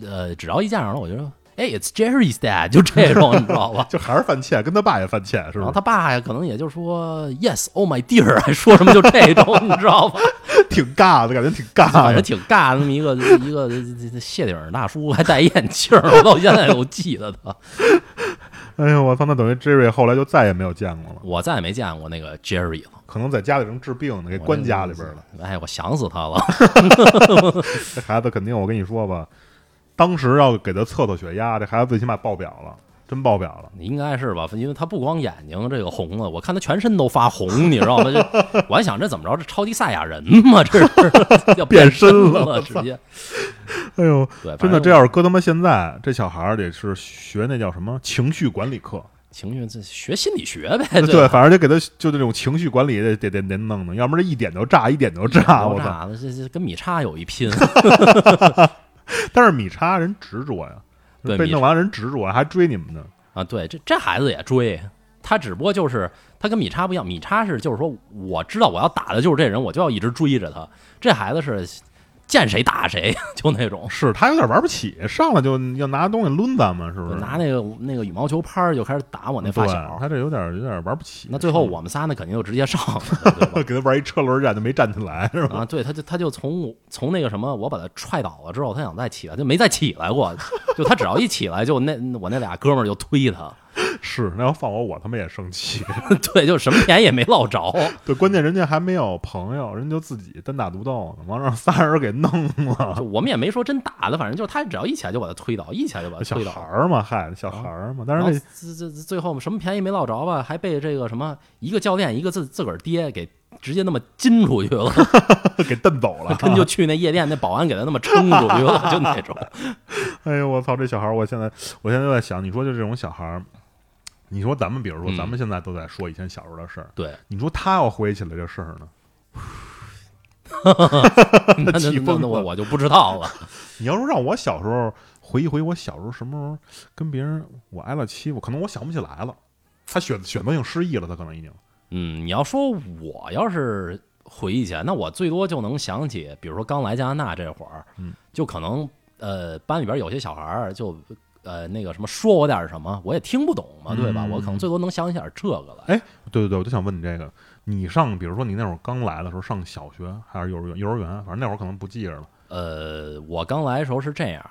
C: 呃，只要一见着了，我就说，哎，It's Jerry's dad，就这种，你知道吧？
B: 就还是犯欠，跟他爸也犯欠，是吧
C: 然后？啊他爸呀，可能也就说 yes, oh my dear，还 说什么就这种， 你知道 吧？
B: 挺尬的，感觉挺尬
C: 反正
B: 的。
C: 挺尬的，那么一个 一个 这这谢顶儿大叔，还戴眼镜儿，我到现在都记得他。
B: 哎呦，我操！那等于 Jerry 后来就再也没有见过了，
C: 我再也没见过那个 Jerry 了，
B: 可能在家里正治病呢，给
C: 我
B: 关家里边了。。
C: 哎，我想死他了。
B: 这孩子肯定，我跟你说吧，当时要给他测测血压，这孩子最起码爆表了，真爆表了。
C: 应该是吧，因为他不光眼睛这个红了，我看他全身都发红，你知道吗？ 这我还想这怎么着，这超级赛亚人嘛，这是 要
B: 变身
C: 身
B: 了
C: 了，
B: 我
C: 直
B: 操
C: 接
B: 哎呦，
C: 对，反
B: 真的，
C: 正
B: 这要是搁他妈现在，这小孩儿得是学那叫什么情绪管理课。
C: 情绪这学心理学呗，
B: 呃对，
C: 吧
B: 反正就给他就这种情绪管理得得得得弄弄，要不然这一点就炸，一点就炸，啊我
C: 爆
B: 操！
C: 炸了，这这跟米叉有一 拼。
B: 但是米叉人执着呀，
C: 对
B: 被
C: 米
B: 弄完人执着，还追你们呢。
C: 啊，对，这这孩子也追，他只不过就是他跟米叉不一样，米叉是就是说我知道我要打的就是这人，我就要一直追着他。这孩子是见谁打谁， 就那种，
B: 是他有点玩不起，上来就要拿东西抡咱们，是不是？
C: 拿那个那个羽毛球拍儿就开始打我那发
B: 对
C: 小。
B: 他这有点有点玩不起。
C: 那最后我们仨那肯定就直接上了，对吧
B: 给他玩一车轮战，就没站起 来， 是吧？
C: 啊，对，他就他就从我从那个什么，我把他踹倒了之后，他想再起来，就没再起来过。就他只要一起来，就那我那俩哥们儿就推他，
B: 是，那要放我，我他妈也生气。
C: 对，就什么便宜也没落着。
B: 对，关键人家还没有朋友，人就自己单打独斗呢，完让仨人给 弄了
C: 就。我们也没说真打他，反正就是他只要一起来就把他推倒，一起来就把他
B: 小
C: 推
B: 孩
C: 倒。
B: 儿嘛，嗨，小孩儿嘛。但是
C: 然后
B: 那
C: 这这这最后什么便宜没落着吧，还被这个什么一个教练一个自自个儿爹给直接那么金出去 了，
B: 给蹬走了。
C: 跟就去那夜店那保安给他那么撑出去了，就那种。
B: 哎呦，我操！这小孩儿，我现在我现在就在想，你说就这种小孩儿，你说咱们比如说
C: 嗯
B: 咱们现在都在说以前小时候的事儿，
C: 对，
B: 你说他要回忆起来这事儿呢？
C: 那那
B: 气
C: 那
B: 疯
C: 那我
B: 了
C: 我就不知道了。
B: 你要说让我小时候回忆回忆我小时候什么时候跟别人我挨了欺负，可能我想不起来了。他选选择性失忆了，他可能已经。
C: 嗯，你要说我要是回忆起来，那我最多就能想起，比如说刚来加拿大这会儿，
B: 嗯，
C: 就可能呃班里边有些小孩儿就呃那个什么说我点儿什么，我也听不懂嘛，对吧？
B: 嗯
C: 我可能最多能想起点儿这个来。
B: 对对对，我就想问你这个，你上，比如说你那会儿刚来的时候，上小学还是幼儿园？幼儿园，反正那会儿可能不记着了。
C: 呃，我刚来的时候是这样，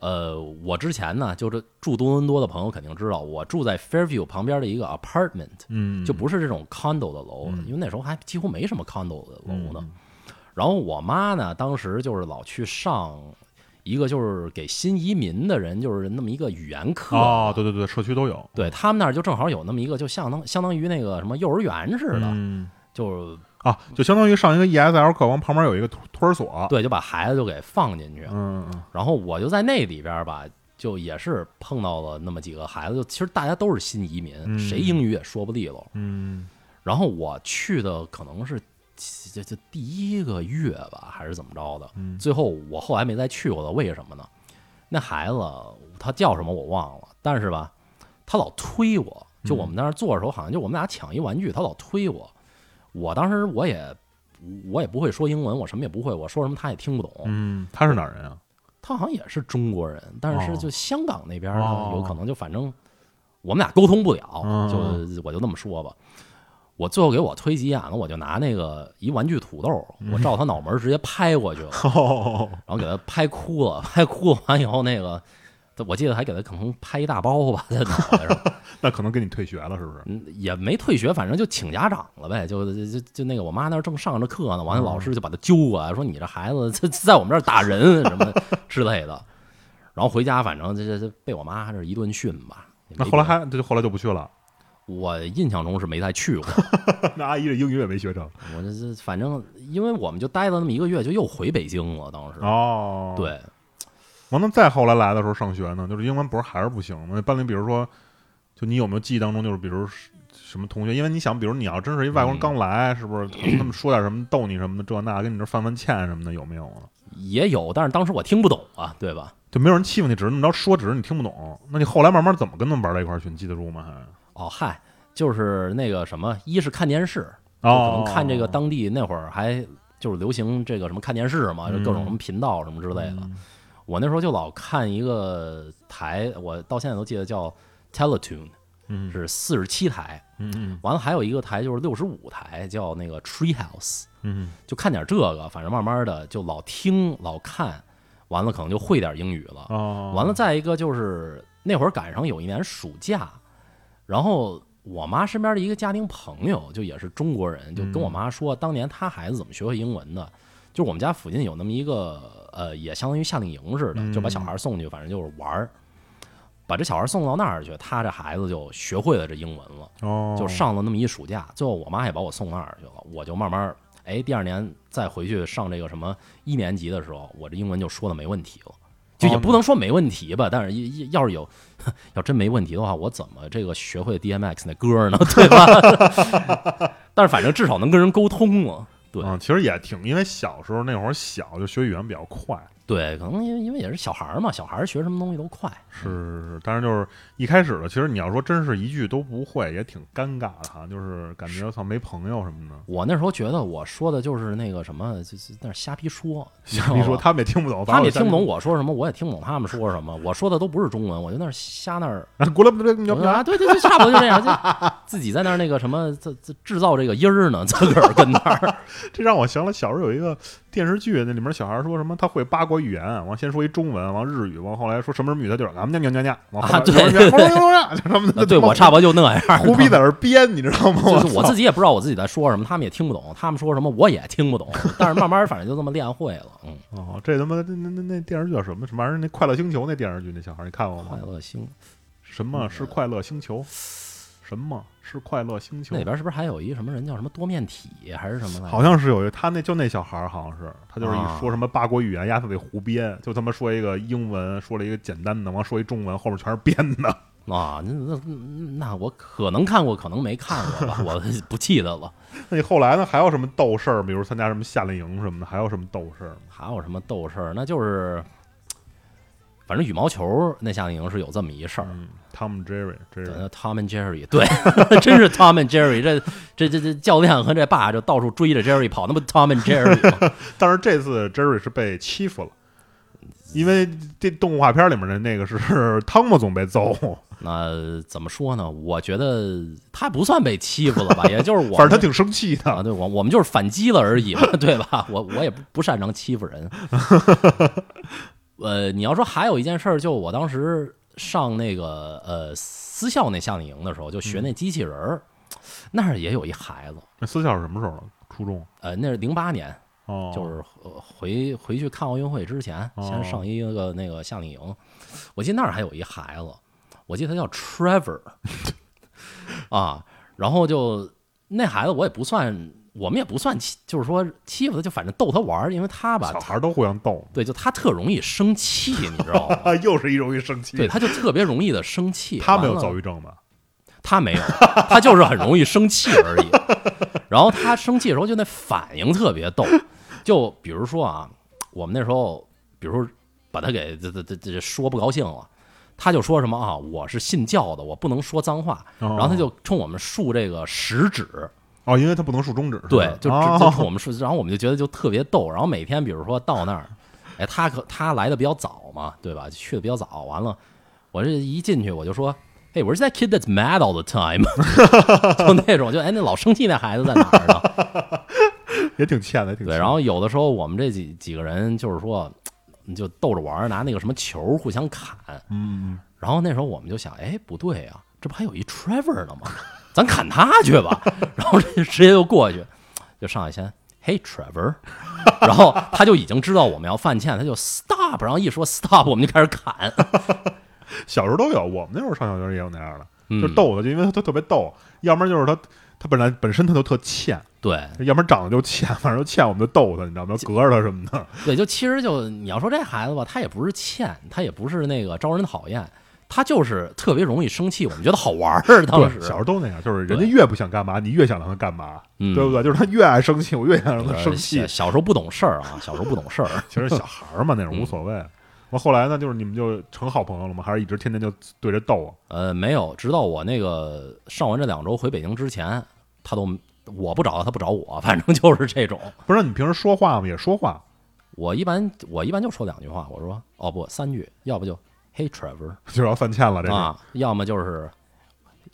C: 呃，我之前呢，就是住多伦多的朋友肯定知道，我住在 Fairview 旁边的一个 apartment，
B: 嗯，
C: 就不是这种 condo 的楼，
B: 嗯
C: 因为那时候还几乎没什么 condo 的楼呢。
B: 嗯
C: 然后我妈呢，当时就是老去上一个就是给新移民的人 就是那么一个语言课。
B: 哦，对对对，社区都有。
C: 对他们那儿就正好有那么一个，就相当相当于那个什么幼儿园似的，
B: 嗯
C: 就
B: 啊，就相当于上一个 ESL 课，往旁边有一个托托儿所。
C: 对，就把孩子就给放进去。
B: 嗯，嗯
C: 然后我就在那里边儿吧，就也是碰到了那么几个孩子，就其实大家都是新移民，
B: 嗯
C: 谁英语也说不利落。
B: 嗯，
C: 然后我去的可能是这这第一个月吧，还是怎么着的？
B: 嗯
C: 最后我后来没再去过了，为什么呢？那孩子他叫什么我忘了，但是吧，他老推我，就我们在那儿坐的时候，好像就我们俩抢一玩具，他老推我。我当时我也我也不会说英文，我什么也不会，我说什么他也听不懂。
B: 嗯，他是哪儿人啊？
C: 他好像也是中国人，但是就香港那边儿
B: 哦
C: 呢，有可能就反正我们俩沟通不了，
B: 嗯
C: 就我就那么说吧。我最后给我推急眼了，我就拿那个一玩具土豆，
B: 嗯
C: 我照他脑门儿直接拍过去了，
B: 哦，
C: 然后给他拍哭了，拍哭了完以后，那个我记得还给他可能拍一大包吧，在脑袋上，
B: 那可能跟你退学了，是不是？
C: 嗯也没退学，反正就请家长了呗，就就就就那个我妈那儿正上着课呢，
B: 嗯
C: 完了老师就把他揪过来，说你这孩子在在我们这儿打人什 么之类的，然后回家反正这这这被我妈这一顿训吧。也没
B: 那后来
C: 别的
B: 还这就后来就不去了。
C: 我印象中是没再去过，
B: 那阿姨的英语也没学成。
C: 我这这反正因为我们就待了那么一个月，就又回北京了，当时。
B: 哦，，
C: 对，
B: 完了再后来来的时候上学呢，就是英文不是还是不行吗？那班里比如说，就你有没有记忆当中，就是比如是什么同学，因为你想，比如你要真是一外国人
C: 嗯
B: 刚来，是 不是他们说点什么逗你什么的，这那跟你这犯犯欠什么的，有没有啊？
C: 也有，但是当时我听不懂啊，对吧？
B: 就没有人欺负你，只是那么着说，只是你听不懂。那你后来慢慢怎么跟他们玩到一块儿去？你记得住吗？还
C: 哦，嗨，就是那个什么，一是看电视，就可
B: 哦
C: 能，看这个当地那会儿还就是流行这个什么看电视
B: 嗯
C: 嘛，就各种什么频道什么之类的。我那时候就老看一个台，我到现在都记得叫 Teletoon，
B: 嗯
C: 是四十七台，
B: 嗯嗯
C: 完了还有一个台就是六十五台，叫那个 Treehouse，
B: 嗯
C: 就看点这个，反正慢慢的就老听老看，完了可能就会点英语了。
B: 哦，
C: 完了，再一个就是那会儿赶上有一年暑假，然后我妈身边的一个家庭朋友，就也是中国人，就跟我妈说，当年她孩子怎么学会英文的。就是我们家附近有那么一个呃，也相当于夏令营似的，就把小孩送去，反正就是玩儿。把这小孩送到那儿去，他这孩子就学会了这英文了，
B: 哦，
C: 就上了那么一暑假。最后我妈也把我送那儿去了，我就慢慢儿，哎，第二年再回去上这个什么一年级的时候，我这英文就说的没问题了。就也不能说没问题吧，但是一一要是有 要真没问题的话，我怎么这个学会 DMX 那歌呢？ 对吧？ 但是反正至少能跟人沟通嘛。对
B: 嗯，其实也挺，因为小时候那会儿小，就学语言比较快，
C: 对，可能因为因为也是小孩儿嘛，小孩儿学什么东西都快。
B: 是是
C: 嗯
B: 是，但是就是一开始的，其实你要说真是一句都不会，也挺尴尬的哈，就是感觉操没朋友什么的。
C: 我那时候觉得我说的就是那个什么，就是那瞎逼说，
B: 瞎逼
C: 你知道
B: 说
C: 吗
B: 他们也听不懂，
C: 啊他们也听不懂我说什么，我也听不懂他们说什么，我说的都不是中文，我就那儿瞎那儿。
B: 我。咕噜咕噜咕噜咕
C: 我就
B: 噜，
C: 啊，对对对，差不多就这样，就 自己在那儿那个什么，自自制造这个音儿呢，自个儿跟 那儿。
B: 这让我想了小时候有一个电视剧，那里面小孩说什么他会八国语言，完先说一中文，完日语，完后来说什么什么语，他就是俺们家娘娘娘，完后来
C: 啊对
B: 什么什么什么什么就他们
C: 啊对我差不多就那样儿，
B: 胡逼在那儿编，你知道吗？
C: 就是我
B: 操
C: 自己也不知道我自己在说什么，他们也听不懂，他们说什么我也 听不懂，但是慢慢反正就这么练会了。嗯，
B: 哦，这他妈那那那那电视剧叫什么什么玩意儿？那快乐星球那电视剧那小孩你看过吗
C: 快？乐星
B: 什么是快乐星球？什么是快乐星球
C: 那？里边是不是还有一什么人叫什么多面体还是什么来着？
B: 好像是有一他那就那小孩儿，好像是他就是
C: 啊
B: 一说什么八国语言，丫特得胡编，就他妈说一个英文，说了一个简单的，完说一中文，后面全是编的。
C: 啊，那那那那我可能看过，可能没看 过吧，我不记得了。
B: 那你后来呢？还有什么斗事儿？比如参加什么夏令营什么的，还有什么斗事儿吗？
C: 还有什么斗事儿？那就是，反正羽毛球那夏令营是有这么一事儿。
B: 嗯，Tom Jerry
C: 对
B: Jerry，
C: 那 Tom and Jerry，对， 真是 Tom and Jerry。这这这这教练和这爸就到处追着 Jerry 跑，那不 Tom and Jerry 吗？
B: 但是这次 Jerry 是被欺负了。因为这动画片里面的那个是 汤姆总被揍，
C: 那怎么说呢？我觉得他不算被欺负了吧，也就是我们，
B: 反正他挺生气
C: 啊，
B: 的。
C: 对我我们就是反击了而已嘛，对吧？我我也不不擅长欺负人。呃，你要说还有一件事儿，就我当时上那个呃私校那夏令营的时候，就学那机器人儿，那儿也有一孩子，
B: 那私校是什么时候了？初中
C: 呃，那是零八年，
B: 哦，
C: 就是呃回回去看奥运会之前，
B: 哦
C: 先上一个那个夏令营。我记得那儿还有一孩子，我记得他叫 Trevor 啊，然后就那孩子我也不算，我们也不算欺，就是说欺负他，就反正逗他玩儿，因为他吧
B: 小，孩儿都互相斗
C: 对，就他特容易生气，你知 道吗？
B: 啊，又是一容易生气。
C: 对，他就特别容易的生气。
B: 他没有
C: 完了
B: 躁郁症吧？
C: 他没有， 他就是很容易生气而已。然后他生气的时候就那反应特别逗，就比如说啊，我们那时候，比如说把他给这这这这说不高兴了，他就说什么啊，我是信教的，我不能说脏话，
B: 哦
C: 然后他就冲我们竖这个食指，
B: 哦，因为它不能竖中指，是吧
C: 对，就
B: 啊
C: 就就是我们是，然后我们就觉得就特别逗。然后每天比如说到那儿，哎，他可他来的比较早嘛，对吧？去的比较早，完了，我这一进去我就说。Hey, where's that kid that's mad all the time？就那种，就哎，那老生气那孩子在哪儿 呢？
B: 也挺欠的，也挺欠
C: 对，
B: 的
C: 然后有的时候我们这几几个人就是说，你就逗着玩儿，拿那个什么球互相砍。
B: 嗯，
C: 然后那时候我们就想，哎，不对啊，这不还有一 Trevor 呢吗？ 咱砍他去吧。 然后这直接就过去，就上来先，Hey Trevor，然 后他就已经知道我们要犯欠，他就 Stop，然后一说 Stop，我们就开始砍。
B: 小时候都有，我们那时候上小学也有那样的，
C: 嗯
B: 就逗的，就因为他他特别逗，要不然就是他他本来本身他就特欠，
C: 对
B: 要不然长得就欠，反正就欠，我们就逗他，你知道吗？隔着他什 么的，
C: 对，就其实就你要说这孩子吧，他也不是欠，他也不是那个招人讨厌，他就是特别容易生气，我们觉得好玩儿。当时
B: 对，小时候都那样，就是人家
C: 对
B: 越不想干嘛，你越想让他干嘛，
C: 嗯呃
B: 对不对？就是他越爱生气，我越想让他生气
C: 小。小时候不懂事儿啊，小时候不懂事儿。
B: 其实小孩儿嘛，那种无所
C: 嗯
B: 谓。完后来呢，就是你们就成好朋友了吗？还是一直天天就对着逗啊？
C: 呃，没有，直到我那个上完这两周回北京之前，他都我不找他，他不找我，反正就是这种。
B: 不是你平时说话吗？也说话，
C: 我一般我一般就说两句话，我说哦不三句，要不就 Hey Trevor
B: 就是要犯欠了这是。
C: 啊，要么就是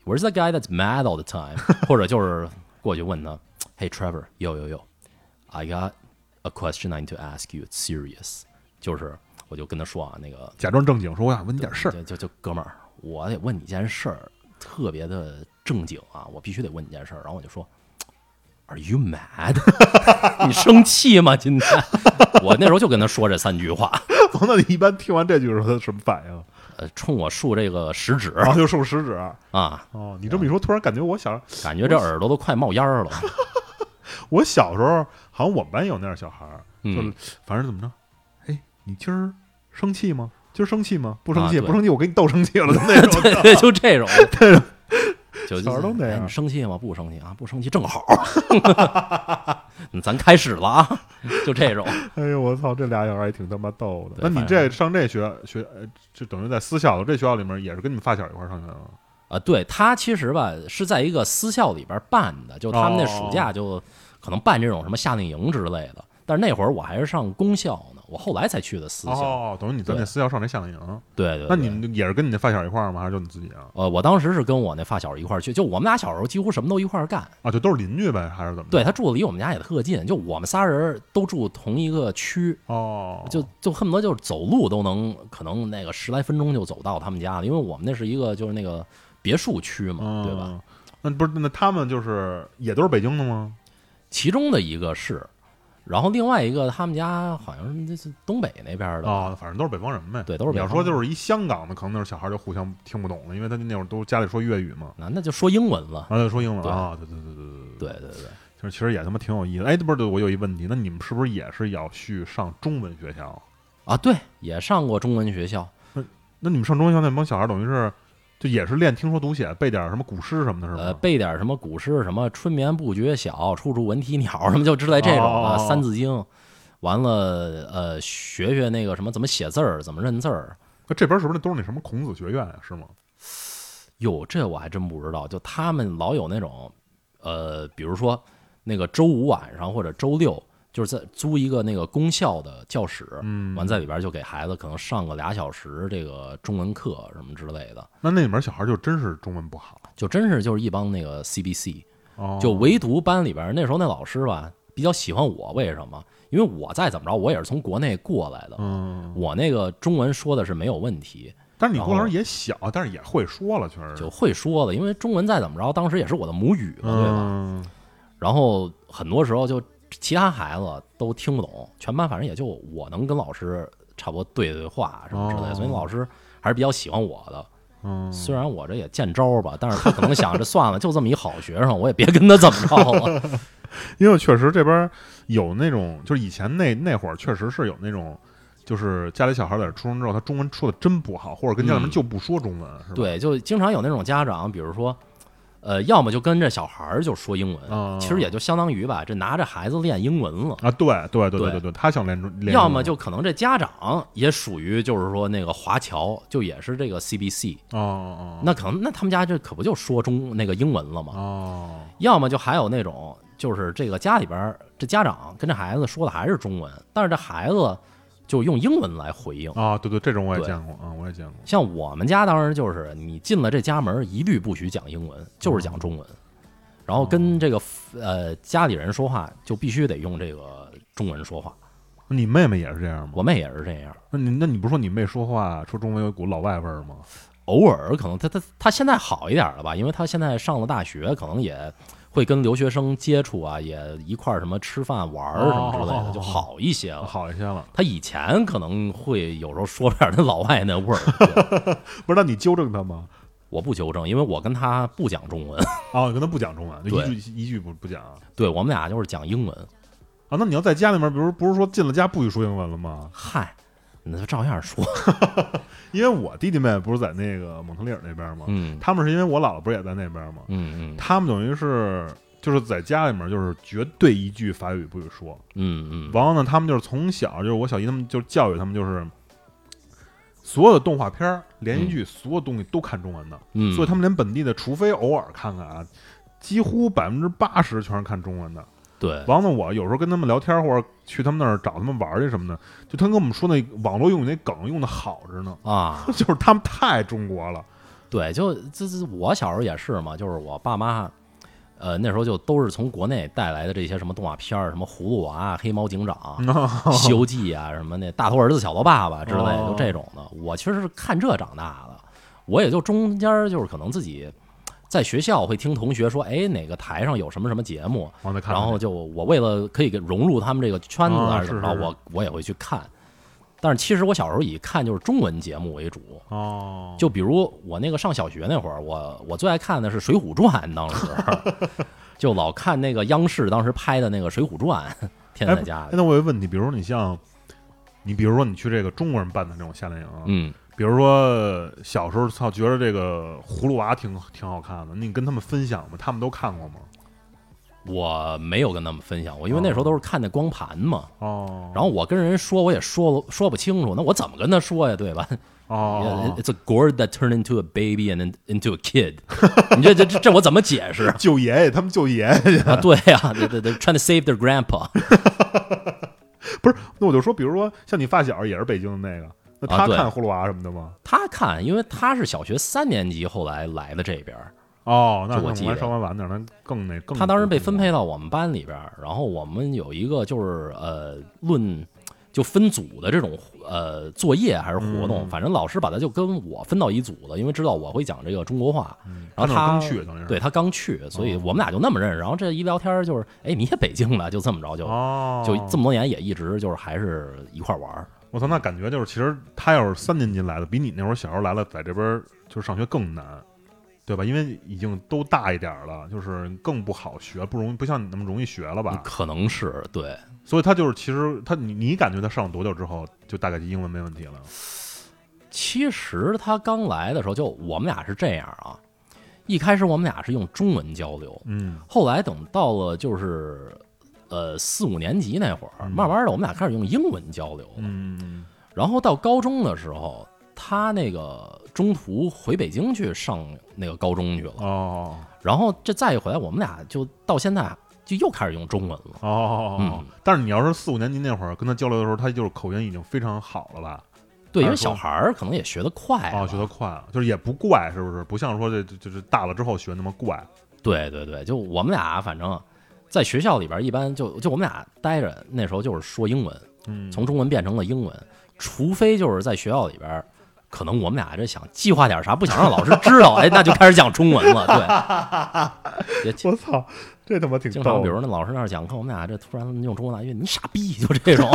C: Where's the guy that's mad all the time，或 者就是过去问他 Hey Trevor，yo yo yo，I got a question I need to ask you，it's serious，就是我就跟他说啊那个
B: 假装正经说，我想问你点事儿。
C: 就就就哥们儿，我得问你件事儿，特别的正经啊，我必须得问你件事儿。然后我就说，Are you mad？你生气吗？今天？ 我那时候就跟他说这三句话，
B: 王那你一般听完这句的时候，他什么反应？
C: 呃，冲我竖这个食指
B: 然后就竖食指。
C: 啊，
B: 哦，你这么一说，突然感觉我小
C: 感觉这耳朵都快冒 烟儿了。
B: 我小时候好像我们班有那样小孩儿，就
C: 嗯
B: 反正怎么着，哎，你今儿生气吗？今儿生气吗？不生气，
C: 啊对
B: 不生气，我给你逗生气 了的那种。
C: 对，就这种，就
B: 小时候都那
C: 哎
B: 样
C: 你生气吗？不生气啊，不生气正 好。 嗯咱开始了啊，就这种。
B: 哎呦，我操，这俩小孩儿也挺他妈逗的。那
C: 对
B: 你
C: 反
B: 这
C: 正
B: 上这学学，呃就等于在私校，这学校里面也是跟你们发小一块儿上学的吗？
C: 啊，对他其实吧是在一个私校里边办的，就他们那暑
B: 哦
C: 假就可能办这种什么夏令营之类的。但是那会儿我还是上公校呢，我后来才去的私校。
B: 哦，等于你在那私校上这夏令营，
C: 对对对，
B: 那你们也是跟你那发小一块儿吗？还是就你自己啊？
C: 呃，我当时是跟我那发小一块儿去，就我们俩小时候几乎什么都一块儿干。
B: 啊，就都是邻居呗，还是怎么着？
C: 对他住的离我们家也特近，就我们仨人都住同一个区，
B: 哦，
C: 就就恨不得就是走路都能可能那个十来分钟就走到他们家了，因为我们那是一个就是那个别墅区嘛，对吧？
B: 嗯？那不是那他们就是也都是北京的吗？
C: 其中的一个是，然后另外一个他们家好像是这是东北那边的，
B: 啊，反正都是北方人呗。
C: 对都是
B: 你
C: 北
B: 要
C: 方
B: 说就是一香港的，可能那时候小孩就互相听不懂了，因为他那会儿都家里说粤语嘛，
C: 那那就说英文了。
B: 然后就说英文
C: 对
B: 啊。对对对对对对，
C: 对对对，
B: 就是其实也他妈挺有意思的。哎，不是，对我有一问题，那你们是不是也是要去上中文学校？
C: 啊，对，也上过中文学校。
B: 那你们上中文学校那帮小孩等于是就也是练听说读写，背点儿什么古诗什么的，是吗？
C: 呃，背点什么古诗，什么“春眠不觉晓，处处闻啼鸟”，什么就之类这种
B: 哦哦
C: 啊，
B: 哦
C: 《三字经》。完了，呃，学学那个什么怎么写字儿，怎么认字儿。
B: 那这边是不是都是那什么孔子学院啊？是吗？
C: 哟，这我还真不知道。就他们老有那种，呃，比如说那个周五晚上或者周六，就是在租一个那个公校的教室，
B: 嗯，
C: 完在里边就给孩子可能上个俩小时这个中文课什么之类的，
B: 那那里面小孩就真是中文不好，
C: 就真是就是一帮那个 CBC，
B: 哦、
C: 就唯独班里边那时候那老师吧比较喜欢我，为什么？因为我再怎么着我也是从国内过来的，
B: 嗯，
C: 我那个中文说的是没有问题，
B: 但是你
C: 然
B: 郭老
C: 后
B: 师也小，但是也会说了，确实
C: 就会说了，因为中文再怎么着当时也是我的母语嘛，对吧？
B: 嗯，
C: 然后很多时候就其他孩子都听不懂，全班反正也就我能跟老师差不多对对话什么之类
B: 哦
C: 的，所以老师还是比较喜欢我的。
B: 嗯，
C: 虽然我这也见招吧，但是他可能想着 算了，就这么一好学生，我也别跟他怎么着 了。
B: 因为确实这边有那种，就是以前那那会儿确实是有那种，就是家里小孩在这出生之后，他中文说的真不好，或者跟家里人
C: 嗯
B: 就不说中文，是吧？
C: 对，就经常有那种家长，比如说呃，要么就跟这小孩儿就说英文，
B: 啊
C: 其实也就相当于吧，这拿着孩子练英文了。
B: 啊，对对对
C: 对
B: 对对，他想练中练中文，哦
C: 要么就可能这家长也属于就是说那个华侨，就也是这个 CBC，
B: 哦哦
C: 那可能那他们家这可不就说中那个英文了
B: 哦
C: 吗？
B: 哦
C: 要么就还有那种就是这个家里边儿这家长跟这孩子说的还是中文，但是这孩子就用英文来回应。
B: 啊，对对，这种我也
C: 对
B: 见过啊，我也见过，
C: 像我们家当时就是你进了这家门儿，一律不许讲英文，就是讲中文，然后跟这个呃家里人说话就必须得用这个中文说话。
B: 你妹妹也是这样吗？
C: 我妹也是这样，
B: 那你那你不是说你妹说话说中文有一股老外味儿吗？
C: 偶尔可能她她她现在好一点了吧，因为她现在上了大学，可能也会跟留学生接触啊，也一块儿什么吃饭玩儿什么之类
B: 哦
C: 的，就好一些了。
B: 好一些了，
C: 她以前可能会有时候说点儿那老外那味儿，对
B: 不是？那你纠正他吗？
C: 我不纠正，因为我跟她不讲中文，
B: 啊，你跟他不讲中文，就一
C: 对
B: 句一句不不讲啊。
C: 对我们俩就是讲英文。
B: 啊，那你要在家里面，比如不是说进了家不许说英文了吗？
C: 嗨，那就照样说。
B: 因为我弟弟妹妹不是在那个蒙特利尔那边吗？
C: 嗯
B: 他们是因为我姥姥不是也在那边吗？
C: 嗯嗯
B: 他们等于是就是在家里面就是绝对一句法语不许说。
C: 嗯嗯，
B: 然后呢，他们就是从小就是我小姨他们就是教育他们就是。所有的动画片儿、连续剧，所有东西都看中文的，
C: 嗯
B: 所以他们连本地的，除非偶尔看看啊，几乎百分之八十全是看中文
C: 嗯
B: 的。
C: 对，
B: 完了，我有时候跟他们聊天，或者去他们那儿找他们玩儿去什么的，就他跟我们说那网络用语那梗用的好着呢，
C: 啊，
B: 就是他们太中国 了。
C: 对，就这这我小时候也是嘛，就是我爸妈，呃，那时候就都是从国内带来的这些什么动画片儿，什么葫芦娃、啊、黑猫警长、
B: 哦
C: 西游记啊，什么那大头儿子小头爸爸之类的，
B: 哦
C: 就这种的。我其实是看这长大的，我也就中间儿就是可能自己。在学校会听同学说，哎，哪个台上有什么什么节目，
B: 完了再看看，
C: 然后就我为了可以给融入他们这个圈子
B: 啊
C: 还是怎么
B: 是是是
C: 着，我我也会去看。但是其实我小时候以看就是中文节目为主，
B: 哦，
C: 就比如我那个上小学那会儿，我我最爱看的是《水浒传》，当时 就老看那个央视当时拍的那个《水浒传》，天天在家
B: 哎，
C: 里。
B: 那我有一个问题，比如说你像，你比如说你去这个中国人办的这种夏令营啊，
C: 嗯，
B: 比如说小时候操觉得这个葫芦娃挺挺好看的，你跟他们分享吗？他们都看过吗？
C: 我没有跟他们分享过，因为那时候都是看那光盘嘛。
B: 哦，
C: 然后我跟人说，我也说说不清楚，那我怎么跟他说呀？对吧？
B: 哦，
C: It's a gourd that turned into a baby and then into a kid 。 你这这这这我怎么解释？
B: 舅爷爷，他们舅爷爷去，
C: 啊，对呀、啊，对对对，trying to save their grandpa
B: 不是？那我就说，比如说像你发小也是北京的那个，那他
C: 啊对
B: 看葫芦娃什么的吗？
C: 他看，因为他是小学三年级后来来的这边儿，
B: 哦，那
C: 这我
B: 可能
C: 记
B: 还
C: 得
B: 稍微晚点，那更那更
C: 他当时被分配到我们班里边儿，然后我们有一个就是呃论就分组的这种呃作业还是活动，
B: 嗯
C: 反正老师把他就跟我分到一组了，因为知道我会讲这个中国
B: 嗯
C: 话，然
B: 他那会儿
C: 后他
B: 刚去等于是
C: 对他刚去，所
B: 哦
C: 以我们俩就那么认识，然后这一聊天儿就是哎你也北京的，就这么着就、
B: 哦，
C: 就这么多年也一直就是还是一块儿玩儿。
B: 我操，那感觉就是，其实他要是三年级来的，比你那会儿小时候来了，在这边儿就是上学更难，对吧？因为已经都大一点儿了，就是更不好学，不容易，不像你那么容易学了吧？
C: 可能是对，
B: 所以他就是，其实他你你感觉他上了多久之后，就大概就英文没问题了？
C: 其实他刚来的时候，就我们俩是这样啊，一开始我们俩是用中文交流，
B: 嗯，
C: 后来等到了就是呃四五年级那会儿，慢慢的我们俩开始用英文交流了，
B: 嗯，
C: 然后到高中的时候，他那个中途回北京去上那个高中去了，
B: 哦
C: 然后这再一回来，我们俩就到现在就又开始用中文了。
B: 哦哦，
C: 嗯
B: 但是你要是四五年级那会儿跟他交流的时候，他就是口音已经非常好了吧？
C: 对，因
B: 还
C: 为
B: 是说
C: 小孩儿可能也学得快
B: 啊、
C: 吧
B: 学得快了，就是也不怪，是不是？不像说这这就是大了之后学那么怪。
C: 对对对，就我们俩反正在学校里边，一般就就我们俩待着，那时候就是说英文，
B: 嗯，
C: 从中文变成了英文，除非就是在学校里边。可能我们俩这想计划点啥，不想让老师知道，哎，那就开始讲中文 了。对，也
B: 我操，这他妈挺
C: 经
B: 逗
C: 常，
B: 的
C: 比如那老师那儿讲课，我们俩这突然用中文来一句“你傻逼”，就这种。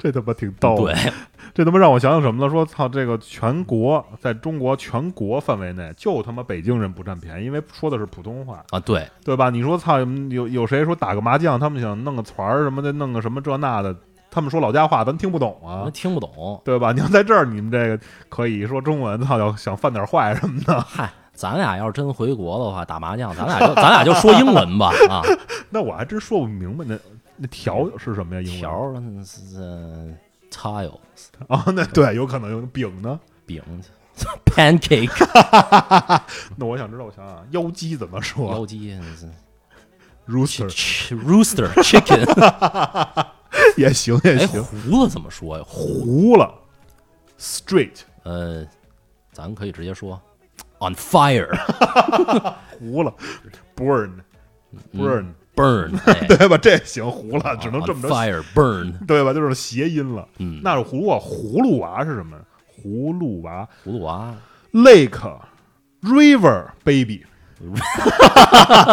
B: 这他妈挺逗，
C: 对，，
B: 这他妈让我想想什么了？说操，这个全国在中国全国范围内，就他妈北京人不占便宜，因为说的是普通话，
C: 啊，对，
B: 对吧？你说操，有有谁说打个麻将，他们想弄个团儿什么的，弄个什么这那的，他们说老家话咱听不懂
C: 我
B: 啊
C: 们，听 不懂。
B: 对吧？你要在这儿，你们这个可以说中文，操，要想犯点坏什么的，
C: 嗨，咱俩要是真回国的话，打麻将，咱俩就咱俩就说英文吧啊，
B: 那我还真说不明白那那条是什么呀？ 英文
C: 条儿呃 tile
B: 啊，那对，有可能有饼呢。
C: 饼 pancake
B: 那我想知道，我想想啊，妖姬怎么说
C: 妖姬
B: ？Rooster
C: ch- rooster chicken
B: 也行也
C: 哎
B: 行，
C: 胡子怎么说呀？胡
B: 糊了，straight
C: 呃，咱可以直接说 on fire
B: 糊了，burn
C: 嗯
B: burn，、
C: burn 哎
B: 对吧？这也行，糊了，只能
C: on
B: 这么着
C: 啊 fire burn
B: 对吧？就是谐音了。
C: 嗯
B: 那是葫芦娃，啊葫芦娃是什么？葫芦娃
C: 葫芦娃
B: lake river baby，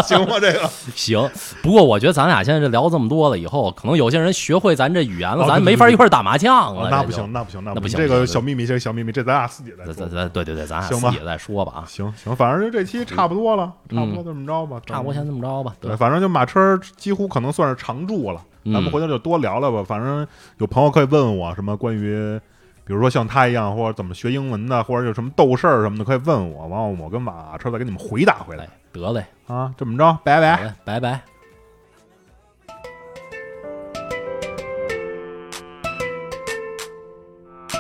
B: 行吗？ 这个
C: 行，不过我觉得咱俩现在这聊这么多了，以后可能有些人学会咱这语言了，
B: 哦
C: 咱
B: 对
C: 没法一块儿打麻将了
B: 哦。那
C: 这
B: 不
C: 就
B: 行，，那不行，那
C: 那不
B: 行。
C: 行
B: 这
C: 不行
B: 个小秘密，这个小秘密，这咱俩私底再
C: 咱
B: 说
C: 咱。咱对对对，咱俩
B: 行
C: 私
B: 吧
C: 底下再说吧啊。
B: 行行，反正就这期差不多了，差不多
C: 嗯
B: 这么着吧，
C: 差不多先这么着吧，
B: 对，
C: 得，
B: 反正就马车几乎可能算是常驻了。咱们
C: 嗯
B: 回头就多聊聊吧。反正有朋友可以问我什么关于，比如说像他一样，或者怎么学英文的，或者有什么斗事儿什么的，可以问我。完了，我跟马车再给你们回答回来
C: 哎，得嘞，
B: 啊。这么着，拜拜
C: 好。嘞，拜拜。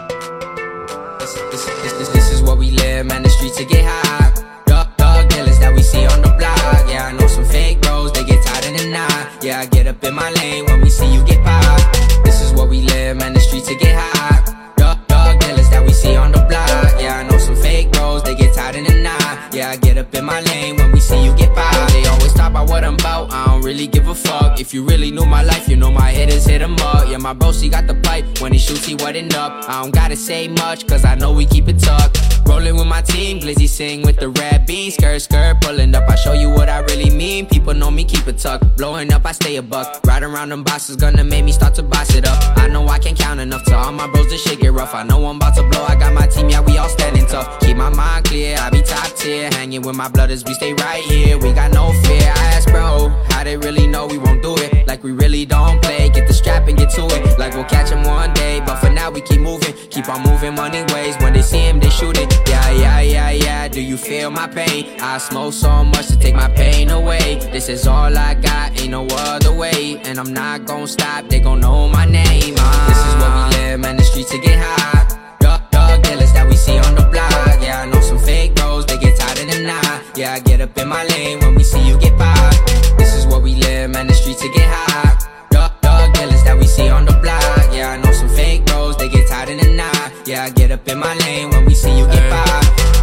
D: This, this, this, this, this is what we live, man. The streets to get high. Dog, dog dealers that we see on the block. Yeah, I know some fake bros, they get tied in the knot. Yeah, I get up in my lane when we see you get popped. This is what we live, man. The streets to get high. Dog, dog dealers that we see on the block. Yeah, I know some fake bros, they get tied in the knot. Yeah, I get up in my lane when we see you get popped. They always talk about what I'm about. I don't really give a fuck. If you really knew my life, you know my hitters hit 'em up. Yeah, my bros, he got the pipe. When he shoots, he wetting up. I don't gotta say much, cause I know we keep it tucked. Rolling with my team, Glizzy sing with the red beans. Skirt, skirt, pulling up. I show you what I really mean. People know me, keep it tucked. Blowing up, I stay a buck. Riding around them bosses, gonna make me start to boss it up. I know I can't count enough to all my bros to shake it rough. I know I'm about to blow. I got my team, yeah, we all standing tough. Keep my mind clear, I be top tier. Hanging with my blooders, we stay right here. We got no fear. I ask, bro, how they really know we won't do it? Like we really don't play. Get the strap and get to it. Like we'll catch him one day, but for now we keep moving. Keep on moving money ways. When they see him, they shoot it. Yeah, yeah, yeah, yeah. Do you feel my pain? I smoke so much to take my pain away. This is all I got, ain't no other way. And I'm not gonna stop, they gon' know my name. Ah, this is what we live, man. The streets to get high. Dog, dog dealers that we see on the block. Yeah, I know some fake bros, they get tired of the knot. Yeah, I get up in my lane when we see you get by. This is what we live, man. The streets to get high. Dog, dog dealers that we see on the block. Yeah, I know some fake bros, they get tired in the knot. Yeah, I get up in my lane when we see you get by.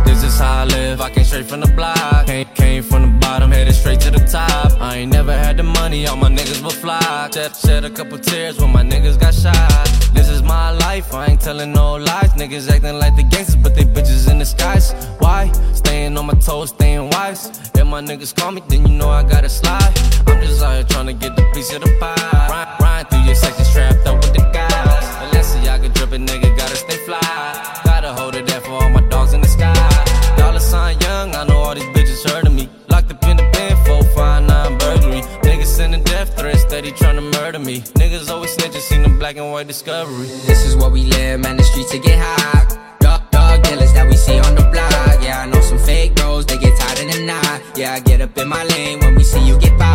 E: This is how I live, I came straight from the block. Came, came from the bottom, headed straight to the top. I ain't never had the money, all my niggas will fly. Shed, shed a couple tears when my niggas got shot. This is my life, I ain't telling no lies. Niggas acting like the gangsters, but they bitches in disguise. Why? Staying on my toes, staying wise. If my niggas call me, then you know I gotta slide. I'm just out here trying to get the piece of the pie. Ride, ride through your section, strapped up with the guys. Balenciaga dripping, nigga, gotta stay fly. Gotta hold it there for all my dogs in the sky. Dollar sign young, I know all these bitches heard of me. Locked up in the pen, 459 burglary. Niggas sending death threats, steady trying to murder me. Niggas always snitching, seen the black and white discovery.
D: This is what we live, man. The streets to get high. Dog, dog dealers that we see on the block. Yeah, I know some fake bros, they get tired in the knot. Yeah, I get up in my lane when we see you get by.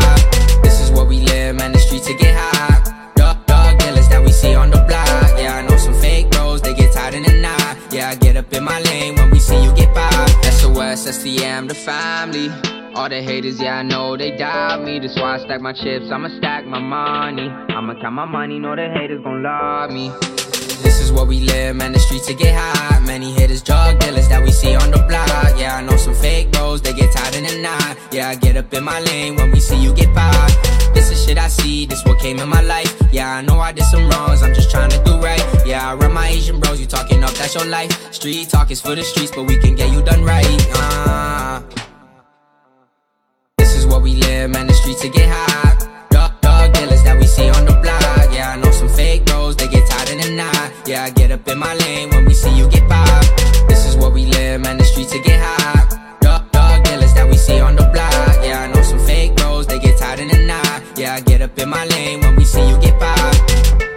D: This is what we live, man. The streets to get high. Dog, dog dealers that we see on the block. Yeah, I know some fake bros, they get tired in the knot. Yeah, I get up in my lane when we see you get by. SOS, STM, the family. All the haters, yeah, I know they doubt me. That's why I stack my chips, I'ma stack my money. I'ma count my money, know the haters gon' love me. This is what we live, man. The streets to get high. Many haters, drug dealers that we see on the block. Yeah, I know some fake bros, they get tired in the knot. Yeah, I get up in my lane when we see you get by. This is shit I see, this what came in my life. Yeah, I know I did some wrongs, I'm just trying to do right. Yeah, I run my Asian bros, you talking up, that's your life. Street talk is for the streets, but we can get you done right. Uh. This is what we live, man. The streets to get high. Dog, dog dealers that we see on the block. Yeah, I know some fake bros, they get tired in the knot. Yeah, I get up in my lane when we see you get by. This is what we live, man. The streets to get high. Dog, dog dealers that we see on the block. Yeah, I know some fake bros, they get tired in the knot. Yeah, I get up in my lane when we see you get by.